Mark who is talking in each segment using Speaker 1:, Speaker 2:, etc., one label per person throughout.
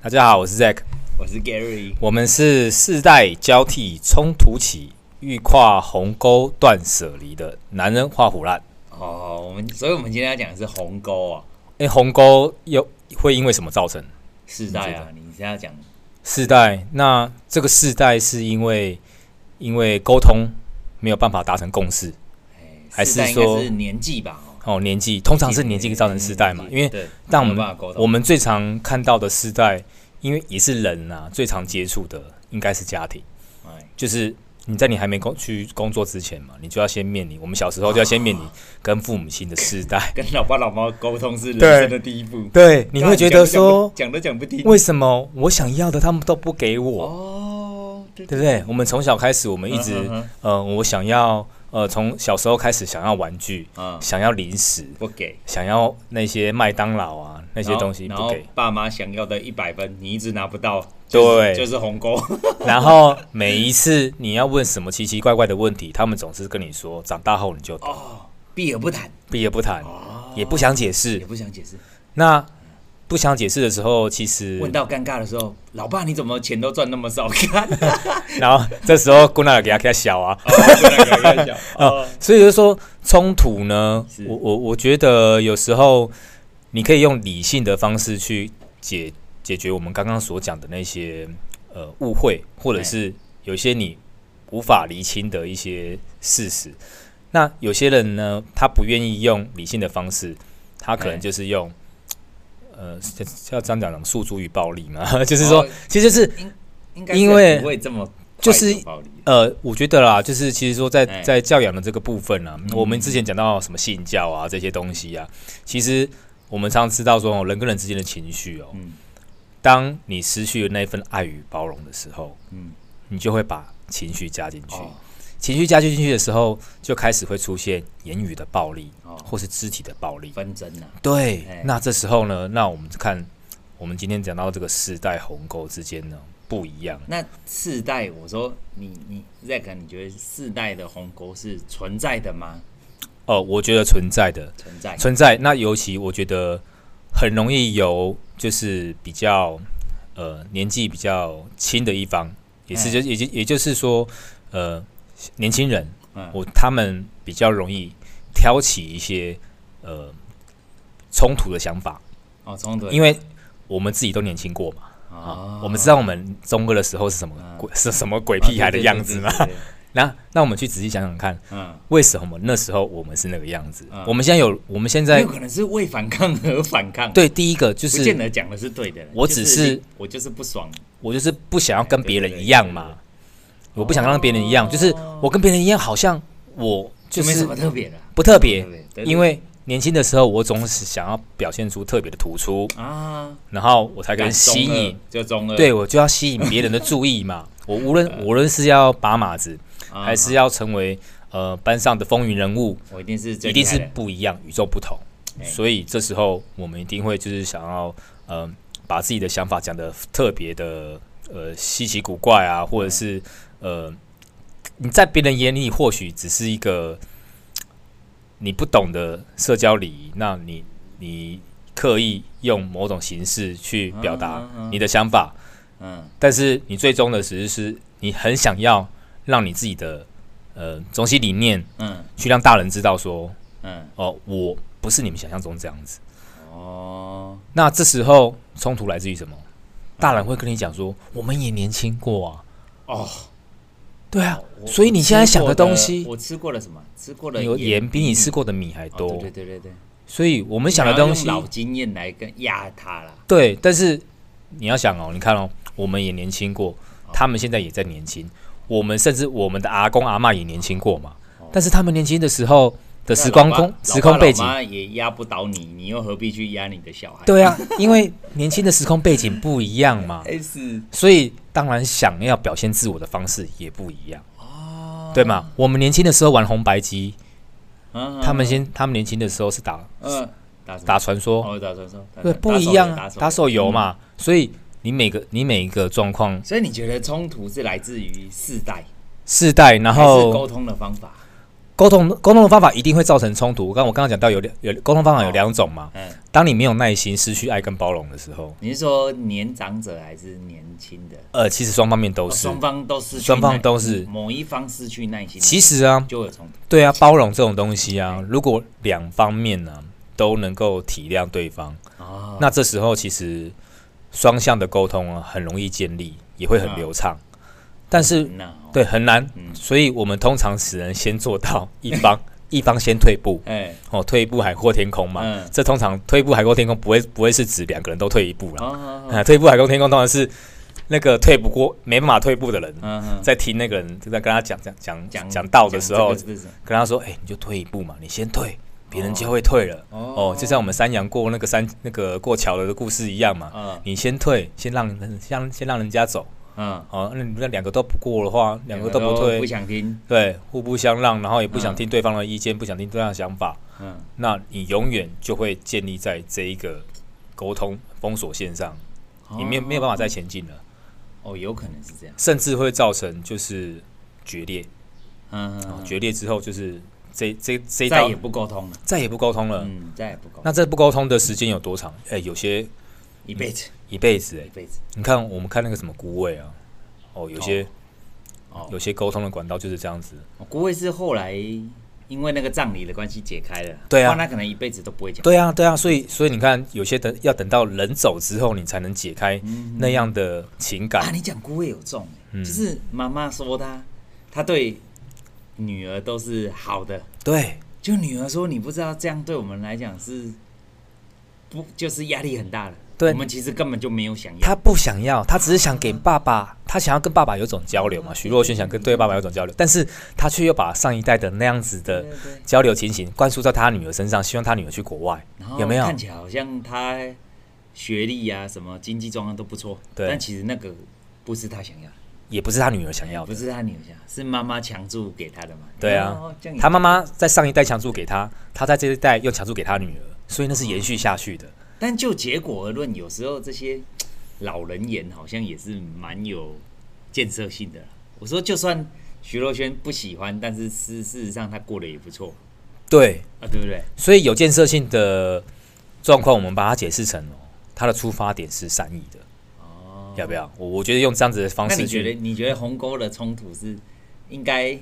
Speaker 1: 大家好，我是 Zack，
Speaker 2: 我是 Gary，
Speaker 1: 我们是世代交替冲突期，欲跨鸿沟断舍离的男人画虎烂。
Speaker 2: 哦，我们所以我们今天要讲的是鸿沟啊，
Speaker 1: 哎、鸿沟又会因为什么造成？
Speaker 2: 世代
Speaker 1: 你觉
Speaker 2: 啊，你是要讲
Speaker 1: 世代，那这个世代是因为因为沟通没有办法达成共识，
Speaker 2: 哎，
Speaker 1: 还是
Speaker 2: 世代应该
Speaker 1: 说
Speaker 2: 是年纪吧？哦，
Speaker 1: 哦，年纪通常是年纪造成世代嘛，因为
Speaker 2: 对，
Speaker 1: 但我
Speaker 2: 没有办
Speaker 1: 们
Speaker 2: 法沟通
Speaker 1: 我们最常看到的世代，因为也是人啊，最常接触的应该是家庭，
Speaker 2: 哎，
Speaker 1: 就是你在你还没工去工作之前嘛，你就要先面临，我们小时候就要先面临跟父母亲的世代，
Speaker 2: 跟老爸老妈沟通是人
Speaker 1: 对
Speaker 2: 生的第一步。
Speaker 1: 对，你会觉得
Speaker 2: 干
Speaker 1: 说
Speaker 2: 嘛，讲都讲不听
Speaker 1: 为什么我想要的他们都不给我，
Speaker 2: 哦，对
Speaker 1: 对不对？我们从小开始，我们一直、
Speaker 2: 嗯哼
Speaker 1: 呃，我想要呃，从小时候开始想要玩具，
Speaker 2: 嗯
Speaker 1: 想要零食，
Speaker 2: 不给
Speaker 1: 想要那些麦当劳啊那
Speaker 2: 那
Speaker 1: 些东西
Speaker 2: 然
Speaker 1: 不
Speaker 2: 后
Speaker 1: 给，
Speaker 2: 爸妈想要的一百分，你一直拿不到，
Speaker 1: 对
Speaker 2: 就是就是鸿沟。
Speaker 1: 然后每一次你要问什么奇奇怪怪的问题，他们总是跟你说，长大后你就
Speaker 2: 哦，避而不谈，
Speaker 1: 避而不谈，
Speaker 2: 哦，
Speaker 1: 也不想解
Speaker 2: 也
Speaker 1: 释。
Speaker 2: 不想解释。
Speaker 1: 那不想解释的时候，其实
Speaker 2: 问到尴尬的时候，老爸你怎么钱都赚那么少？ 看，
Speaker 1: 然后这时候姑娜给他给他小啊，
Speaker 2: 哦不能开玩笑 哦
Speaker 1: 所以就说冲突呢
Speaker 2: 是，
Speaker 1: 我我我觉得有时候你可以用理性的方式去解解决我们刚刚所讲的那些呃误会，或者
Speaker 2: 哎
Speaker 1: 是有些你无法厘清的一些事实。那有些人呢，他不愿意用理性的方式，他可能
Speaker 2: 哎
Speaker 1: 就是用。呃，是要这样讲，什么诉诸于暴力嘛？ 就是说，
Speaker 2: 哦
Speaker 1: 其实是
Speaker 2: 应该是
Speaker 1: 因为
Speaker 2: 不会这么快
Speaker 1: 就是
Speaker 2: 有暴力
Speaker 1: 呃，我觉得啦，就是其实说在
Speaker 2: 哎嗯
Speaker 1: 在教养的这个部分啊，我们之前讲到什么信教啊这些东西啊，其实我们常知道说、哦、人跟人之间的情绪哦，
Speaker 2: 嗯
Speaker 1: 当你失去了那份爱与包容的时候，
Speaker 2: 嗯
Speaker 1: 你就会把情绪加进去，
Speaker 2: 哦
Speaker 1: 情绪加进去的时候，就开始会出现言语的暴力
Speaker 2: 哦
Speaker 1: 或是肢体的暴力。
Speaker 2: 纷争呐，
Speaker 1: 对
Speaker 2: 哎，
Speaker 1: 那这时候呢，那我们看我们今天讲到这个世代鸿沟之间呢不一样。
Speaker 2: 那世代，我说你你 Zack，你觉得世代的鸿沟是存在的吗？
Speaker 1: 哦，我觉得存在的，
Speaker 2: 存在，
Speaker 1: 存在。那尤其我觉得很容易由就是比较呃年纪比较轻的一方，也是
Speaker 2: 哎
Speaker 1: 就也就也就是说呃年轻人，
Speaker 2: 嗯
Speaker 1: 我他们比较容易挑起一些呃冲突的想法，
Speaker 2: 哦，冲突，
Speaker 1: 因为我们自己都年轻过嘛。
Speaker 2: 啊
Speaker 1: 啊，我们知道我们中二的时候是什么
Speaker 2: 啊
Speaker 1: 鬼是什么鬼屁孩的样子嘛
Speaker 2: 嘛，？对对对对
Speaker 1: 那那我们去仔细想想看，
Speaker 2: 嗯，
Speaker 1: 为什么那时候我们是那个样子
Speaker 2: 啊？
Speaker 1: 我们现在有，我们现在
Speaker 2: 有可能是为反抗而反抗，，啊
Speaker 1: 对，第一个就
Speaker 2: 不见
Speaker 1: 是
Speaker 2: 得讲的是对的，
Speaker 1: 我
Speaker 2: 就
Speaker 1: 只是
Speaker 2: 是我就是不爽，
Speaker 1: 我就是不想要跟别人
Speaker 2: 对对对哦
Speaker 1: 一样嘛，我不想让别人一样，就是我跟别人一样，好像我就
Speaker 2: 没什
Speaker 1: 是
Speaker 2: 么特别的
Speaker 1: 不特别
Speaker 2: 对对，对
Speaker 1: 因为年轻的时候我总是想要表现出特别的突出，
Speaker 2: 啊，
Speaker 1: 然后我才能吸
Speaker 2: 中二
Speaker 1: 引，
Speaker 2: 就中二，
Speaker 1: 对我就要吸引别人的注意 嘛。我无论无论是要把马子，
Speaker 2: 啊，
Speaker 1: 还是要成为呃班上的风云人物，
Speaker 2: 我一定是最
Speaker 1: 一定
Speaker 2: 厉害
Speaker 1: 是
Speaker 2: 的
Speaker 1: 不一样，与众不同。
Speaker 2: 哎
Speaker 1: 所以这时候我们一定会就是想要，嗯、把自己的想法讲的特别的呃稀奇古怪啊，或者是
Speaker 2: 嗯
Speaker 1: 呃你在别人眼里或许只是一个你不懂的社交礼仪，那你你刻意用某种形式去表达
Speaker 2: 嗯嗯嗯
Speaker 1: 你的想法，
Speaker 2: 嗯
Speaker 1: 但是你最终的只是是你很想要让你自己的呃中心理念
Speaker 2: 嗯
Speaker 1: 去让大人知道说，
Speaker 2: 嗯，
Speaker 1: 哦、我不是你们想象中这样子。
Speaker 2: 哦，
Speaker 1: 那这时候冲突来自于什么？大人会跟你讲说，我们也年轻过啊，
Speaker 2: 哦。
Speaker 1: 对啊，
Speaker 2: 我
Speaker 1: 所以你现在想的东西，
Speaker 2: 我吃过了什么？吃过的
Speaker 1: 有盐比你吃过的米还
Speaker 2: 哦
Speaker 1: 多，
Speaker 2: 对对对对对，
Speaker 1: 所以我们想的
Speaker 2: 然后
Speaker 1: 东
Speaker 2: 用
Speaker 1: 西，
Speaker 2: 老经验来跟压他啦。
Speaker 1: 对，但是你要想哦，你看哦，我们也年轻过，
Speaker 2: 哦
Speaker 1: 他们现在也在年轻，我们甚至我们的阿公阿嬷也年轻过嘛，但是他们年轻的时候的时光空
Speaker 2: 哦那
Speaker 1: 时
Speaker 2: 老爸
Speaker 1: 空背景
Speaker 2: 老，妈也压不倒你，你又何必去压你的小孩？，
Speaker 1: 对啊，因为年轻的时空背景不一样嘛，
Speaker 2: 哎是
Speaker 1: 所以当然想要表现自我的方式也不一样，
Speaker 2: 哦，
Speaker 1: 对吗？我们年轻的时候玩红白机，
Speaker 2: 嗯
Speaker 1: 他们先他们年轻的时候是打
Speaker 2: 嗯嗯打什么
Speaker 1: 打传说，
Speaker 2: 哦打传说，打
Speaker 1: 对，
Speaker 2: 打
Speaker 1: 不
Speaker 2: 手
Speaker 1: 一
Speaker 2: 游
Speaker 1: 样啊，打
Speaker 2: 打
Speaker 1: 手游
Speaker 2: 游。嗯
Speaker 1: 嘛，所以你每个你每一个状况
Speaker 2: 所以你觉得冲突是来自于世代？
Speaker 1: 世代，然
Speaker 2: 还是
Speaker 1: 后
Speaker 2: 沟通的方法，
Speaker 1: 沟通沟通的方法一定会造成冲突。刚我刚刚讲到有两有沟通方法有
Speaker 2: 哦
Speaker 1: 两种嘛，
Speaker 2: 嗯，
Speaker 1: 当你没有耐心、失去爱跟包容的时候，
Speaker 2: 你是说年长者还是年轻的？
Speaker 1: 呃，其实双方面都
Speaker 2: 哦
Speaker 1: 是。
Speaker 2: 双方都失去耐，
Speaker 1: 双方都是
Speaker 2: 某一方失去耐心，
Speaker 1: 其实啊，
Speaker 2: 就会有冲突。
Speaker 1: 对啊，包容这种东西啊，如果两方面呢、都能够体谅对方，
Speaker 2: 哦，
Speaker 1: 那这时候其实双向的沟通啊，很容易建立，也会很流畅。但是
Speaker 2: 那哦，
Speaker 1: 对很难，
Speaker 2: 啊嗯
Speaker 1: 所以我们通常只能先做到一方 一方先退步，
Speaker 2: 哎，
Speaker 1: 哦，退一步海阔天空嘛。
Speaker 2: 嗯
Speaker 1: 这通常退一步海阔天空不会不会是指两个人都退一步啦，
Speaker 2: 好好好
Speaker 1: 啊，退一步海阔天空当然是那个退不过没办法退步的人。
Speaker 2: 嗯嗯，
Speaker 1: 在听那个人就在跟他讲讲讲
Speaker 2: 讲
Speaker 1: 讲道的时候，
Speaker 2: 讲这个是什么
Speaker 1: 跟他说：“哎、你就退一步嘛，你先退，别人就会退了。哦
Speaker 2: 哦
Speaker 1: 就像我们山羊过那个山那个过桥的故事一样嘛。
Speaker 2: 嗯
Speaker 1: 你先退，先让人先先让人家走。
Speaker 2: 嗯，
Speaker 1: 哦，那你们两个都不过的话，两个都不
Speaker 2: 不
Speaker 1: 退，
Speaker 2: 想听，
Speaker 1: 对，互不相让，然后也不想
Speaker 2: 嗯
Speaker 1: 听对方的意见，不想听对方的想法，
Speaker 2: 嗯，
Speaker 1: 那你永远就会建立在这一个沟通封锁线上，
Speaker 2: 哦
Speaker 1: 你没有没有办
Speaker 2: 法，
Speaker 1: 法再前进了，
Speaker 2: 哦，有可能是这样，
Speaker 1: 甚至会造成就是决裂。
Speaker 2: 嗯，
Speaker 1: 哦
Speaker 2: 嗯
Speaker 1: 决裂之后就是这这这
Speaker 2: 嗯
Speaker 1: 一
Speaker 2: 再
Speaker 1: 道
Speaker 2: 也不沟通了，
Speaker 1: 再也不沟通了。
Speaker 2: 嗯，再也不沟通，
Speaker 1: 那这不沟通的时间有多长？哎、有些
Speaker 2: 一辈子，
Speaker 1: 一辈子哎、
Speaker 2: 一辈子，
Speaker 1: 你看我们看那个什么孤味啊，哦，有些、
Speaker 2: 哦
Speaker 1: 有些沟通的管道就是这样子。
Speaker 2: 哦国卫是后来因为那个葬礼的关系解开了，
Speaker 1: 对啊
Speaker 2: 不然他可能一辈子都不会讲，
Speaker 1: 对啊，对啊，所以所以你看，有些等要等到人走之后，你才能解开
Speaker 2: 嗯
Speaker 1: 那样的情
Speaker 2: 啊，
Speaker 1: 感。
Speaker 2: 你讲姑也有中欸、就是妈妈说她，她对女儿都是好的，
Speaker 1: 对
Speaker 2: 就女儿说你不知道这样对我们来讲是不就是压力很大了。
Speaker 1: 对
Speaker 2: 我们其实根本就没有想要。
Speaker 1: 他不想要，他只是想给爸爸，他想要跟爸爸有种交流嘛。徐若瑄想跟对爸爸有种交流，但是他却又把上一代的那样子的
Speaker 2: 对对对
Speaker 1: 交流情形灌输到他女儿身上，希望他女儿去国外
Speaker 2: 然，后
Speaker 1: 有没有
Speaker 2: 哦看？起来好像她学历啊、什么经济状况都不错，
Speaker 1: 对
Speaker 2: 但其实那个不是她想要的，
Speaker 1: 也不是他女儿想要的
Speaker 2: 不。是她女儿想要的，是妈妈强注给她的嘛。
Speaker 1: 对啊
Speaker 2: 哦，这样也
Speaker 1: 他妈妈在上一代强注给他，他在这一代又强注给他女儿，所以那是延续下去的。
Speaker 2: 但就结果而论，有时候这些老人言好像也是蛮有建设性的啦。我说，就算徐若瑄不喜欢，但是事事实上她过得也不错
Speaker 1: 对，
Speaker 2: 啊，对不对？
Speaker 1: 所以有建设性的状况，我们把它解释成哦，他的出发点是善意的，
Speaker 2: 哦，
Speaker 1: 要不要？我我觉得用这样子的方
Speaker 2: 那
Speaker 1: 式
Speaker 2: 你觉得
Speaker 1: 去，
Speaker 2: 你觉得鸿沟的冲突是应该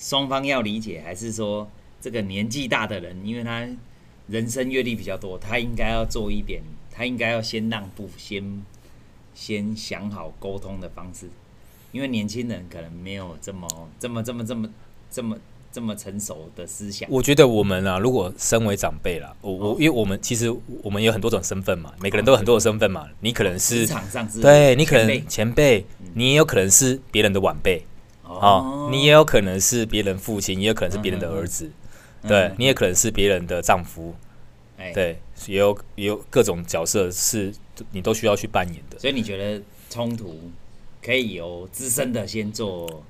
Speaker 2: 双方要理解，还是说这个年纪大的人，因为他人生阅历比较多，他应该要做一点，他应该要先让步，先先想好沟通的方式，因为年轻人可能没有这么这么这么这么这么这么成熟的思想。
Speaker 1: 我觉得我们啊，如果身为长辈啦，我我因为我们其实我们有很多种身份嘛，每个人都有很多的身份嘛，你可能
Speaker 2: 职
Speaker 1: 是。
Speaker 2: 场上是
Speaker 1: 对你可
Speaker 2: 前辈
Speaker 1: 能前辈，你也有可能是别人的晚辈，哦，你也有可能是别人父亲，也有可能是别人的儿子，对
Speaker 2: 嗯
Speaker 1: 你也可能是别人的丈夫，
Speaker 2: 哎，
Speaker 1: 对，也有也有各种角色是你都需要去扮演的。
Speaker 2: 所以你觉得冲突可以由资深的先做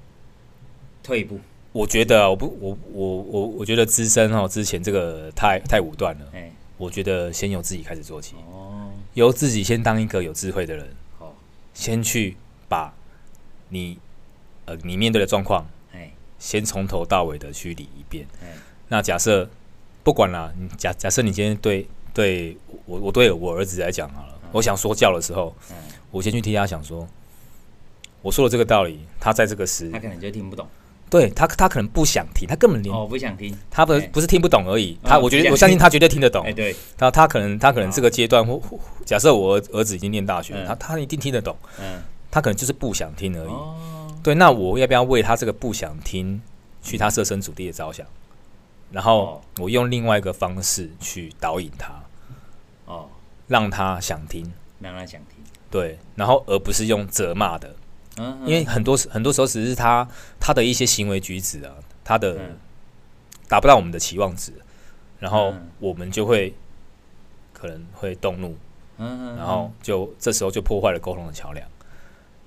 Speaker 2: 退一步？
Speaker 1: 我觉得啊我不我我我我觉得资深哦，之前这个太太武断了。
Speaker 2: 哎、
Speaker 1: 我觉得先由自己开始做起，
Speaker 2: 哦，
Speaker 1: 由自己先当一个有智慧的人，
Speaker 2: 好，
Speaker 1: 先去把你呃你面对的状况
Speaker 2: 哎、
Speaker 1: 先从头到尾的去理一遍。
Speaker 2: 哎，
Speaker 1: 那假设不管啦，你假假设你今天对对我我对我儿子来讲好了，我想说教的时候，
Speaker 2: 嗯，
Speaker 1: 我先去替他想说，我说的这个道理，他在这个时
Speaker 2: 他，可能就听不懂，
Speaker 1: 对他他可能不想听，他根本连、
Speaker 2: 哦，不想听，
Speaker 1: 他不
Speaker 2: 哎
Speaker 1: 不是听不懂而已，
Speaker 2: 嗯
Speaker 1: 他我觉
Speaker 2: 不
Speaker 1: 得
Speaker 2: 想
Speaker 1: 我相信
Speaker 2: 听
Speaker 1: 他绝对听得懂
Speaker 2: 哎、，对，哦
Speaker 1: 他他可能他可能这个阶段或或假设我儿儿子已经念大学了，
Speaker 2: 嗯
Speaker 1: 他他一定听得懂，
Speaker 2: 嗯，
Speaker 1: 他可能就是不想听而已。
Speaker 2: 哦，
Speaker 1: 对，那我要不要为他这个不想听，去他设身处地的着想，然后
Speaker 2: 哦
Speaker 1: 我用另外一个方式去导引他，
Speaker 2: 哦，
Speaker 1: 让他想听，
Speaker 2: 让他想听，
Speaker 1: 对，然后而不是用责骂的，
Speaker 2: 嗯，
Speaker 1: 因为很多时很多时候只是他他的一些行为举止啊，他的
Speaker 2: 嗯
Speaker 1: 达不到我们的期望值，然后
Speaker 2: 嗯
Speaker 1: 我们就会可能会动怒，
Speaker 2: 嗯，
Speaker 1: 然后就这时候就破坏了沟通的桥梁。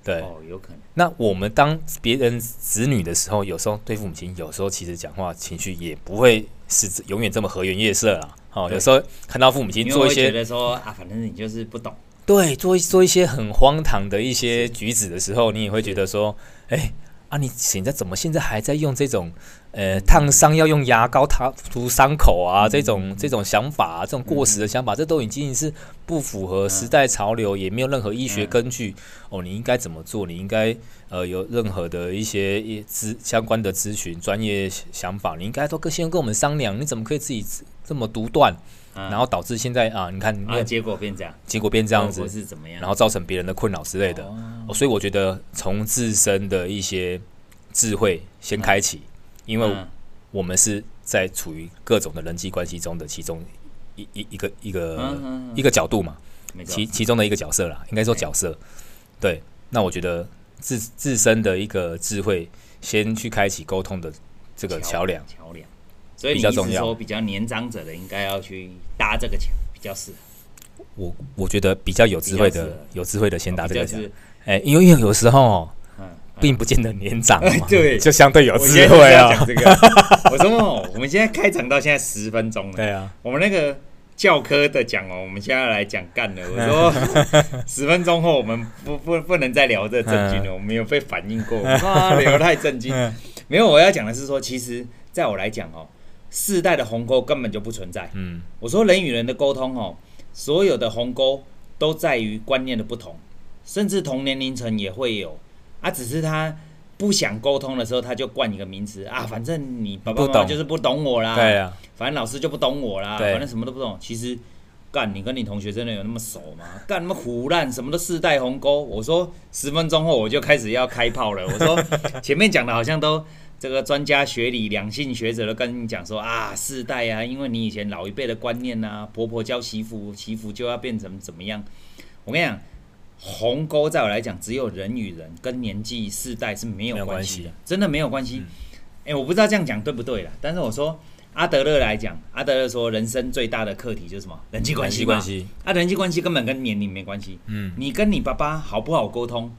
Speaker 1: 对，
Speaker 2: 哦，有可能，
Speaker 1: 那我们当别人子女的时候，有时候对父母亲，有时候其实讲话情绪也不会是永远这么和颜悦色啦。哦，
Speaker 2: 对
Speaker 1: 有时候看到父母亲
Speaker 2: 因为
Speaker 1: 做
Speaker 2: 我
Speaker 1: 一
Speaker 2: 会觉
Speaker 1: 些
Speaker 2: 得说啊，反正你就是不懂，
Speaker 1: 对，做一做一些很荒唐的一些举止的时候，你也会觉得说，哎、啊，你现在怎么现在还在用这种呃烫伤要用牙膏擦涂伤口
Speaker 2: 嗯
Speaker 1: 啊这种这种想法、啊，这种过时的想法，这都已经是不符
Speaker 2: 嗯
Speaker 1: 合时代潮流，也没有任何医学根据。哦，你应该怎么做？你应该呃有任何的一些一咨相关的咨询、专业想法，你应该都跟先跟我们商量。你怎么可以自己这么独断，
Speaker 2: 嗯
Speaker 1: 然后导致现在啊，你看
Speaker 2: 啊，结果变这样，
Speaker 1: 结果变这
Speaker 2: 这
Speaker 1: 样子，
Speaker 2: 是怎么样？
Speaker 1: 然后造成别人的困扰之类的。哦所以我觉得从自身的一些智慧先开启，因为
Speaker 2: 嗯
Speaker 1: 我们是在处于各种的人际关系中的其中一一一个一个、
Speaker 2: 嗯嗯嗯
Speaker 1: 一个角度嘛，
Speaker 2: 没错
Speaker 1: 其，其中的一个角色啦，应该说角色。对，那我觉得自自身的一个智慧先去开启沟通的这个桥梁，
Speaker 2: 桥梁。所以
Speaker 1: 比
Speaker 2: 你意
Speaker 1: 较
Speaker 2: 思
Speaker 1: 重要
Speaker 2: 说，比较年长者的应该要去搭这个桥，比较适合。
Speaker 1: 我我觉得比较有智慧
Speaker 2: 比较是
Speaker 1: 的有智慧的先搭这个
Speaker 2: 比
Speaker 1: 桥
Speaker 2: 较。是
Speaker 1: 哎、因为因为有时候哦
Speaker 2: 嗯，，
Speaker 1: 并不见得年长嘛
Speaker 2: 对
Speaker 1: 就相对有
Speaker 2: 我
Speaker 1: 智
Speaker 2: 现在就是
Speaker 1: 慧
Speaker 2: 要
Speaker 1: 啊。
Speaker 2: 讲这个。我说哦，我们现在开场到现在十分钟了，
Speaker 1: 对啊，
Speaker 2: 我们那个教科的讲哦，我们现在来讲干 了。我说十分钟后我们不不不能再聊这震惊了，
Speaker 1: 嗯
Speaker 2: 我们有被反应 过，妈的有太震惊。没有，我要讲的是说，其实在我来讲哦，世代的鸿沟根本就不存在。
Speaker 1: 嗯，
Speaker 2: 我说人与人的沟通哦，所有的鸿沟都在于观念的不同，甚至同年龄层也会有啊，只是他不想沟通的时候，他就冠一个名词啊，反正你爸爸
Speaker 1: 不
Speaker 2: 妈妈
Speaker 1: 懂
Speaker 2: 就是不懂我啦，
Speaker 1: 对啊，
Speaker 2: 反正老师就不懂我啦，
Speaker 1: 对
Speaker 2: 反正什么都不懂。其实，干你跟你同学真的有那么熟吗？干那么胡乱，什么都世代鸿沟。我说十分钟后我就开始要开炮了。我 说前面讲的好像都这个专家学理两性学者都跟你讲说啊，世代啊，因为你以前老一辈的观念啊，婆婆教媳妇，媳妇就要变成怎么样。我跟你讲。鸿沟在我来讲，只有人与人跟年纪、世代是没
Speaker 1: 没有
Speaker 2: 有关
Speaker 1: 关
Speaker 2: 系
Speaker 1: 系
Speaker 2: 的，真的没有关系。哎、我不知道这样讲对不对啦，但是我说阿德勒来讲，阿德勒说人生最大的课题就是什么？人际关系嘛。
Speaker 1: 人际关系
Speaker 2: 啊，人际关系根本跟年龄没关系。
Speaker 1: 嗯，
Speaker 2: 你跟你爸爸好不好沟通，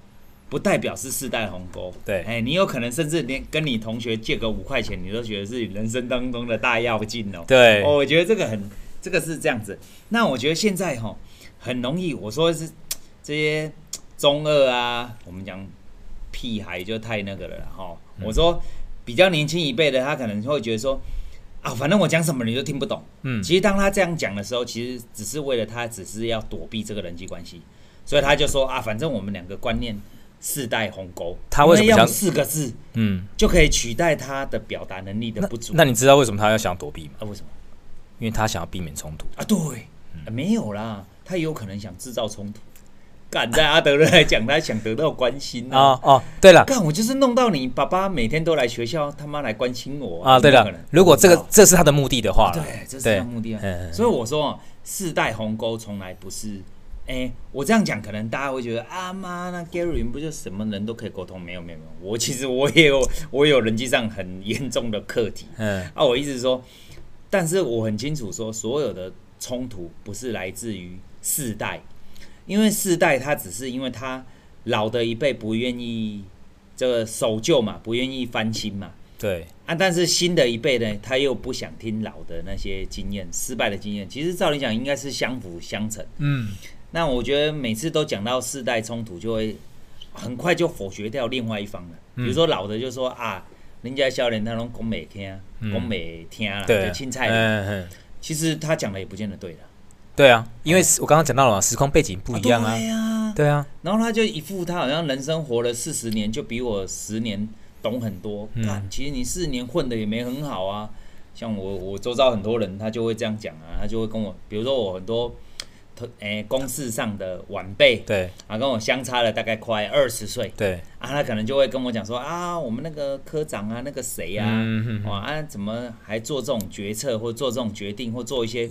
Speaker 2: 不代表是世代鸿沟。
Speaker 1: 对
Speaker 2: 哎、你有可能甚至连跟你同学借个五块钱，你都觉得是人生当中的大要进哦。
Speaker 1: 对
Speaker 2: 哦，我觉得这个很，这个是这样子。那我觉得现在哈，很容易，我说是这些中二啊，我们讲屁孩就太那个了啦哈。
Speaker 1: 嗯
Speaker 2: 我说比较年轻一辈的，他可能会觉得说啊，反正我讲什么你都听不懂。
Speaker 1: 嗯
Speaker 2: 其实当他这样讲的时候，其实只是为了他只是要躲避这个人际关系，所以他就说啊，反正我们两个观念世代鸿沟，
Speaker 1: 他为什么
Speaker 2: 我们
Speaker 1: 想
Speaker 2: 用四个字
Speaker 1: 嗯，
Speaker 2: 就可以取代他的表达能力的
Speaker 1: 那
Speaker 2: 不足？
Speaker 1: 那你知道为什么他要想躲避吗？
Speaker 2: 啊，为什么？
Speaker 1: 因为他想要避免冲突。
Speaker 2: 啊，对，啊没有啦，他有可能想制造冲突。敢在阿德勒来讲，他想得到关心啊。
Speaker 1: 哦哦，对了
Speaker 2: 干，我就是弄到你爸爸每天都来学校，他妈来关心我
Speaker 1: 啊，对
Speaker 2: 有
Speaker 1: 了
Speaker 2: 没有可能，
Speaker 1: 如果这
Speaker 2: 我
Speaker 1: 个
Speaker 2: 不知
Speaker 1: 这是他的目的的话
Speaker 2: 道
Speaker 1: 啦，
Speaker 2: 对，这是他目的啊
Speaker 1: 嗯嗯。嗯
Speaker 2: 所以我说哦，世代鸿沟从来不是。哎，我这样讲，可能大家会觉得啊妈，那 Gary 不就什么人都可以沟通？没有没有没有，我其实我也有我有人际上很严重的课题，
Speaker 1: 嗯，
Speaker 2: 啊，我一直说，但是我很清楚说，所有的冲突不是来自于世代，因为世代他只是因为他老的一辈不愿意这个守旧嘛，不愿意翻新嘛，
Speaker 1: 对，
Speaker 2: 啊，但是新的一辈呢，他又不想听老的那些经验、失败的经验，其实照理讲应该是相辅相成。
Speaker 1: 嗯，
Speaker 2: 那我觉得每次都讲到世代冲突，就会很快就否决掉另外一方了。
Speaker 1: 嗯
Speaker 2: 比如说老的就说啊，人家笑脸他拢讲美听，讲美听啦，
Speaker 1: 嗯对
Speaker 2: 就
Speaker 1: 啊，
Speaker 2: 青菜啦。
Speaker 1: 嗯嗯，
Speaker 2: 其实他讲的也不见得对的，
Speaker 1: 对啊，因为我刚刚讲到了嘛，时空背景不一样啊
Speaker 2: 嗯对，呀。
Speaker 1: 对啊，
Speaker 2: 然后他就一副他好像人生活了四十年，就比我十年懂很多。
Speaker 1: 嗯
Speaker 2: 看、其实你四年混的也没很好啊。像我，我周遭很多人，他就会这样讲啊，他就会跟我，比如说我很多，诶、公事上的晚辈，
Speaker 1: 对
Speaker 2: 啊，跟我相差了大概快二十岁
Speaker 1: 对，
Speaker 2: 啊，他可能就会跟我讲说啊，我们那个科长啊，那个谁呀、啊，
Speaker 1: 嗯哼
Speaker 2: 哇啊，怎么还做这种决策或做这种决定或做一些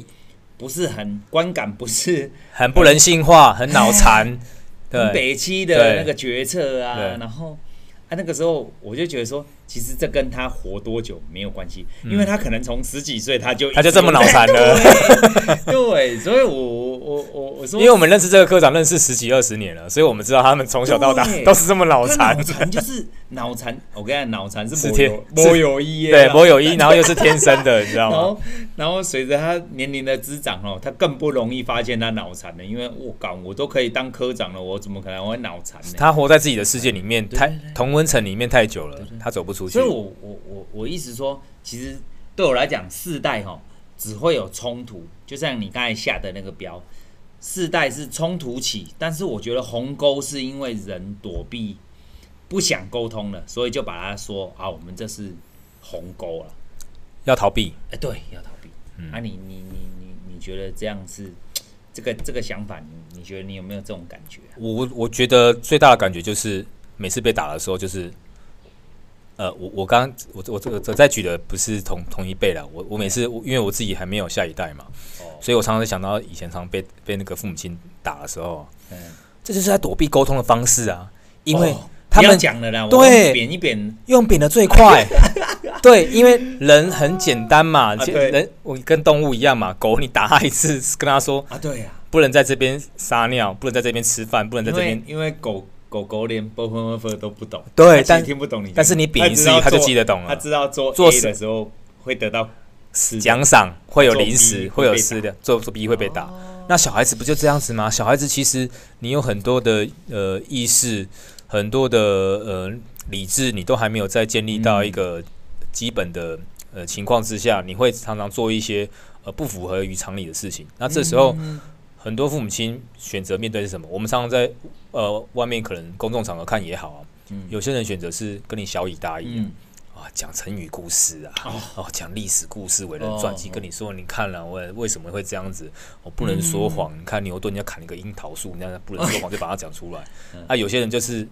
Speaker 2: 不是很观感不是
Speaker 1: 很不人性化，很脑 残，
Speaker 2: 很
Speaker 1: 对，
Speaker 2: 北七的
Speaker 1: 对
Speaker 2: 那个决策啊
Speaker 1: 对，
Speaker 2: 然后啊那个时候我就觉得说，其实这跟他活多久没有关系，因为他可能从十几岁他就
Speaker 1: 嗯 他就这么脑残
Speaker 2: 啊
Speaker 1: 了。
Speaker 2: 对 对，所以我我我我我说，
Speaker 1: 因为我们认识这个科长认识十几二十年了，所以我们知道他们从小到大
Speaker 2: 对
Speaker 1: 都是这么脑
Speaker 2: 他
Speaker 1: 残
Speaker 2: 脑，残就是脑残，我跟你讲，脑残是
Speaker 1: 是
Speaker 2: 没
Speaker 1: 天
Speaker 2: 有
Speaker 1: 是
Speaker 2: 没有一 耶，
Speaker 1: 对，我有一，然后又是天生的，你知道
Speaker 2: 然
Speaker 1: 吗？
Speaker 2: 后，然后随着他年龄的滋长哦，他更不容易发现他脑残了，因为我搞我都可以当科长了，我怎么可能会脑残呢？
Speaker 1: 他活在自己的世界里面，
Speaker 2: 对
Speaker 1: 太
Speaker 2: 对对
Speaker 1: 同温层里面太久了，他走不出去。
Speaker 2: 所以我我我我意思说，其实对我来讲，世代哈只会有冲突，就像你刚才下的那个标，世代是冲突起，但是我觉得鸿沟是因为人躲避不想沟通了，所以就把它说啊，我们这是鸿沟了。
Speaker 1: 要逃避，
Speaker 2: 哎、对，要逃避。
Speaker 1: 嗯
Speaker 2: 啊你，你你你你觉得这样是这个这个想法，你你觉得你有没有这种感觉啊、
Speaker 1: 我我我觉得最大的感觉就是每次被打的时候，就是，呃，我我刚我我这个我在举的不是同同一辈了，我我每次我因为我自己还没有下一代嘛，
Speaker 2: 哦，
Speaker 1: 所以我常常会想到以前常被被那个父母亲打的时候，
Speaker 2: 嗯，
Speaker 1: 这就是在躲避沟通的方式啊，因为
Speaker 2: 哦
Speaker 1: 他
Speaker 2: 不要
Speaker 1: 们
Speaker 2: 讲了啦，我
Speaker 1: 对
Speaker 2: 扁一扁，
Speaker 1: 用扁的最 快，对，因为人很简单嘛，
Speaker 2: 啊对
Speaker 1: 人我跟动物一样嘛，狗你打它一次，跟它说
Speaker 2: 啊，对呀、
Speaker 1: 不能在这边撒尿，不能在这边吃饭，不能在
Speaker 2: 因
Speaker 1: 这
Speaker 2: 为
Speaker 1: 边。
Speaker 2: 因为狗狗狗连 b u f f 都不懂，
Speaker 1: 对
Speaker 2: 它其实
Speaker 1: 但
Speaker 2: 听不懂你讲，
Speaker 1: 但是你
Speaker 2: 它
Speaker 1: 扁一
Speaker 2: 知
Speaker 1: 次
Speaker 2: 道，
Speaker 1: 它就
Speaker 2: 做
Speaker 1: 记得懂
Speaker 2: 它
Speaker 1: 了。
Speaker 2: 知道做
Speaker 1: 做
Speaker 2: A
Speaker 1: 事
Speaker 2: 的时候会得到吃的
Speaker 1: 奖赏会有
Speaker 2: 做 B
Speaker 1: 零食，
Speaker 2: 会
Speaker 1: 会有
Speaker 2: 被
Speaker 1: 吃的，做做 B 会被打。那小孩子不就这样子吗？小孩子其实你有很多的呃意识，很多的呃理智，你都还没有在建立到一个基本的、呃情况之下，你会常常做一些呃不符合于常理的事情。那这时候。很多父母亲选择面对是什么？我们常常在呃外面可能公众场合看也好啊，
Speaker 2: 嗯
Speaker 1: 有些人选择是跟你小以大义啊，
Speaker 2: 嗯
Speaker 1: 啊，讲成语故事啊，哦，讲历史故事为人
Speaker 2: 哦
Speaker 1: 传记，跟你说，你看了、我为什么会这样子？我不能
Speaker 2: 嗯
Speaker 1: 说谎。你看牛顿人家砍了一个樱桃树，那不能说 谎，就把它讲出来。
Speaker 2: 嗯
Speaker 1: 啊，有些人就是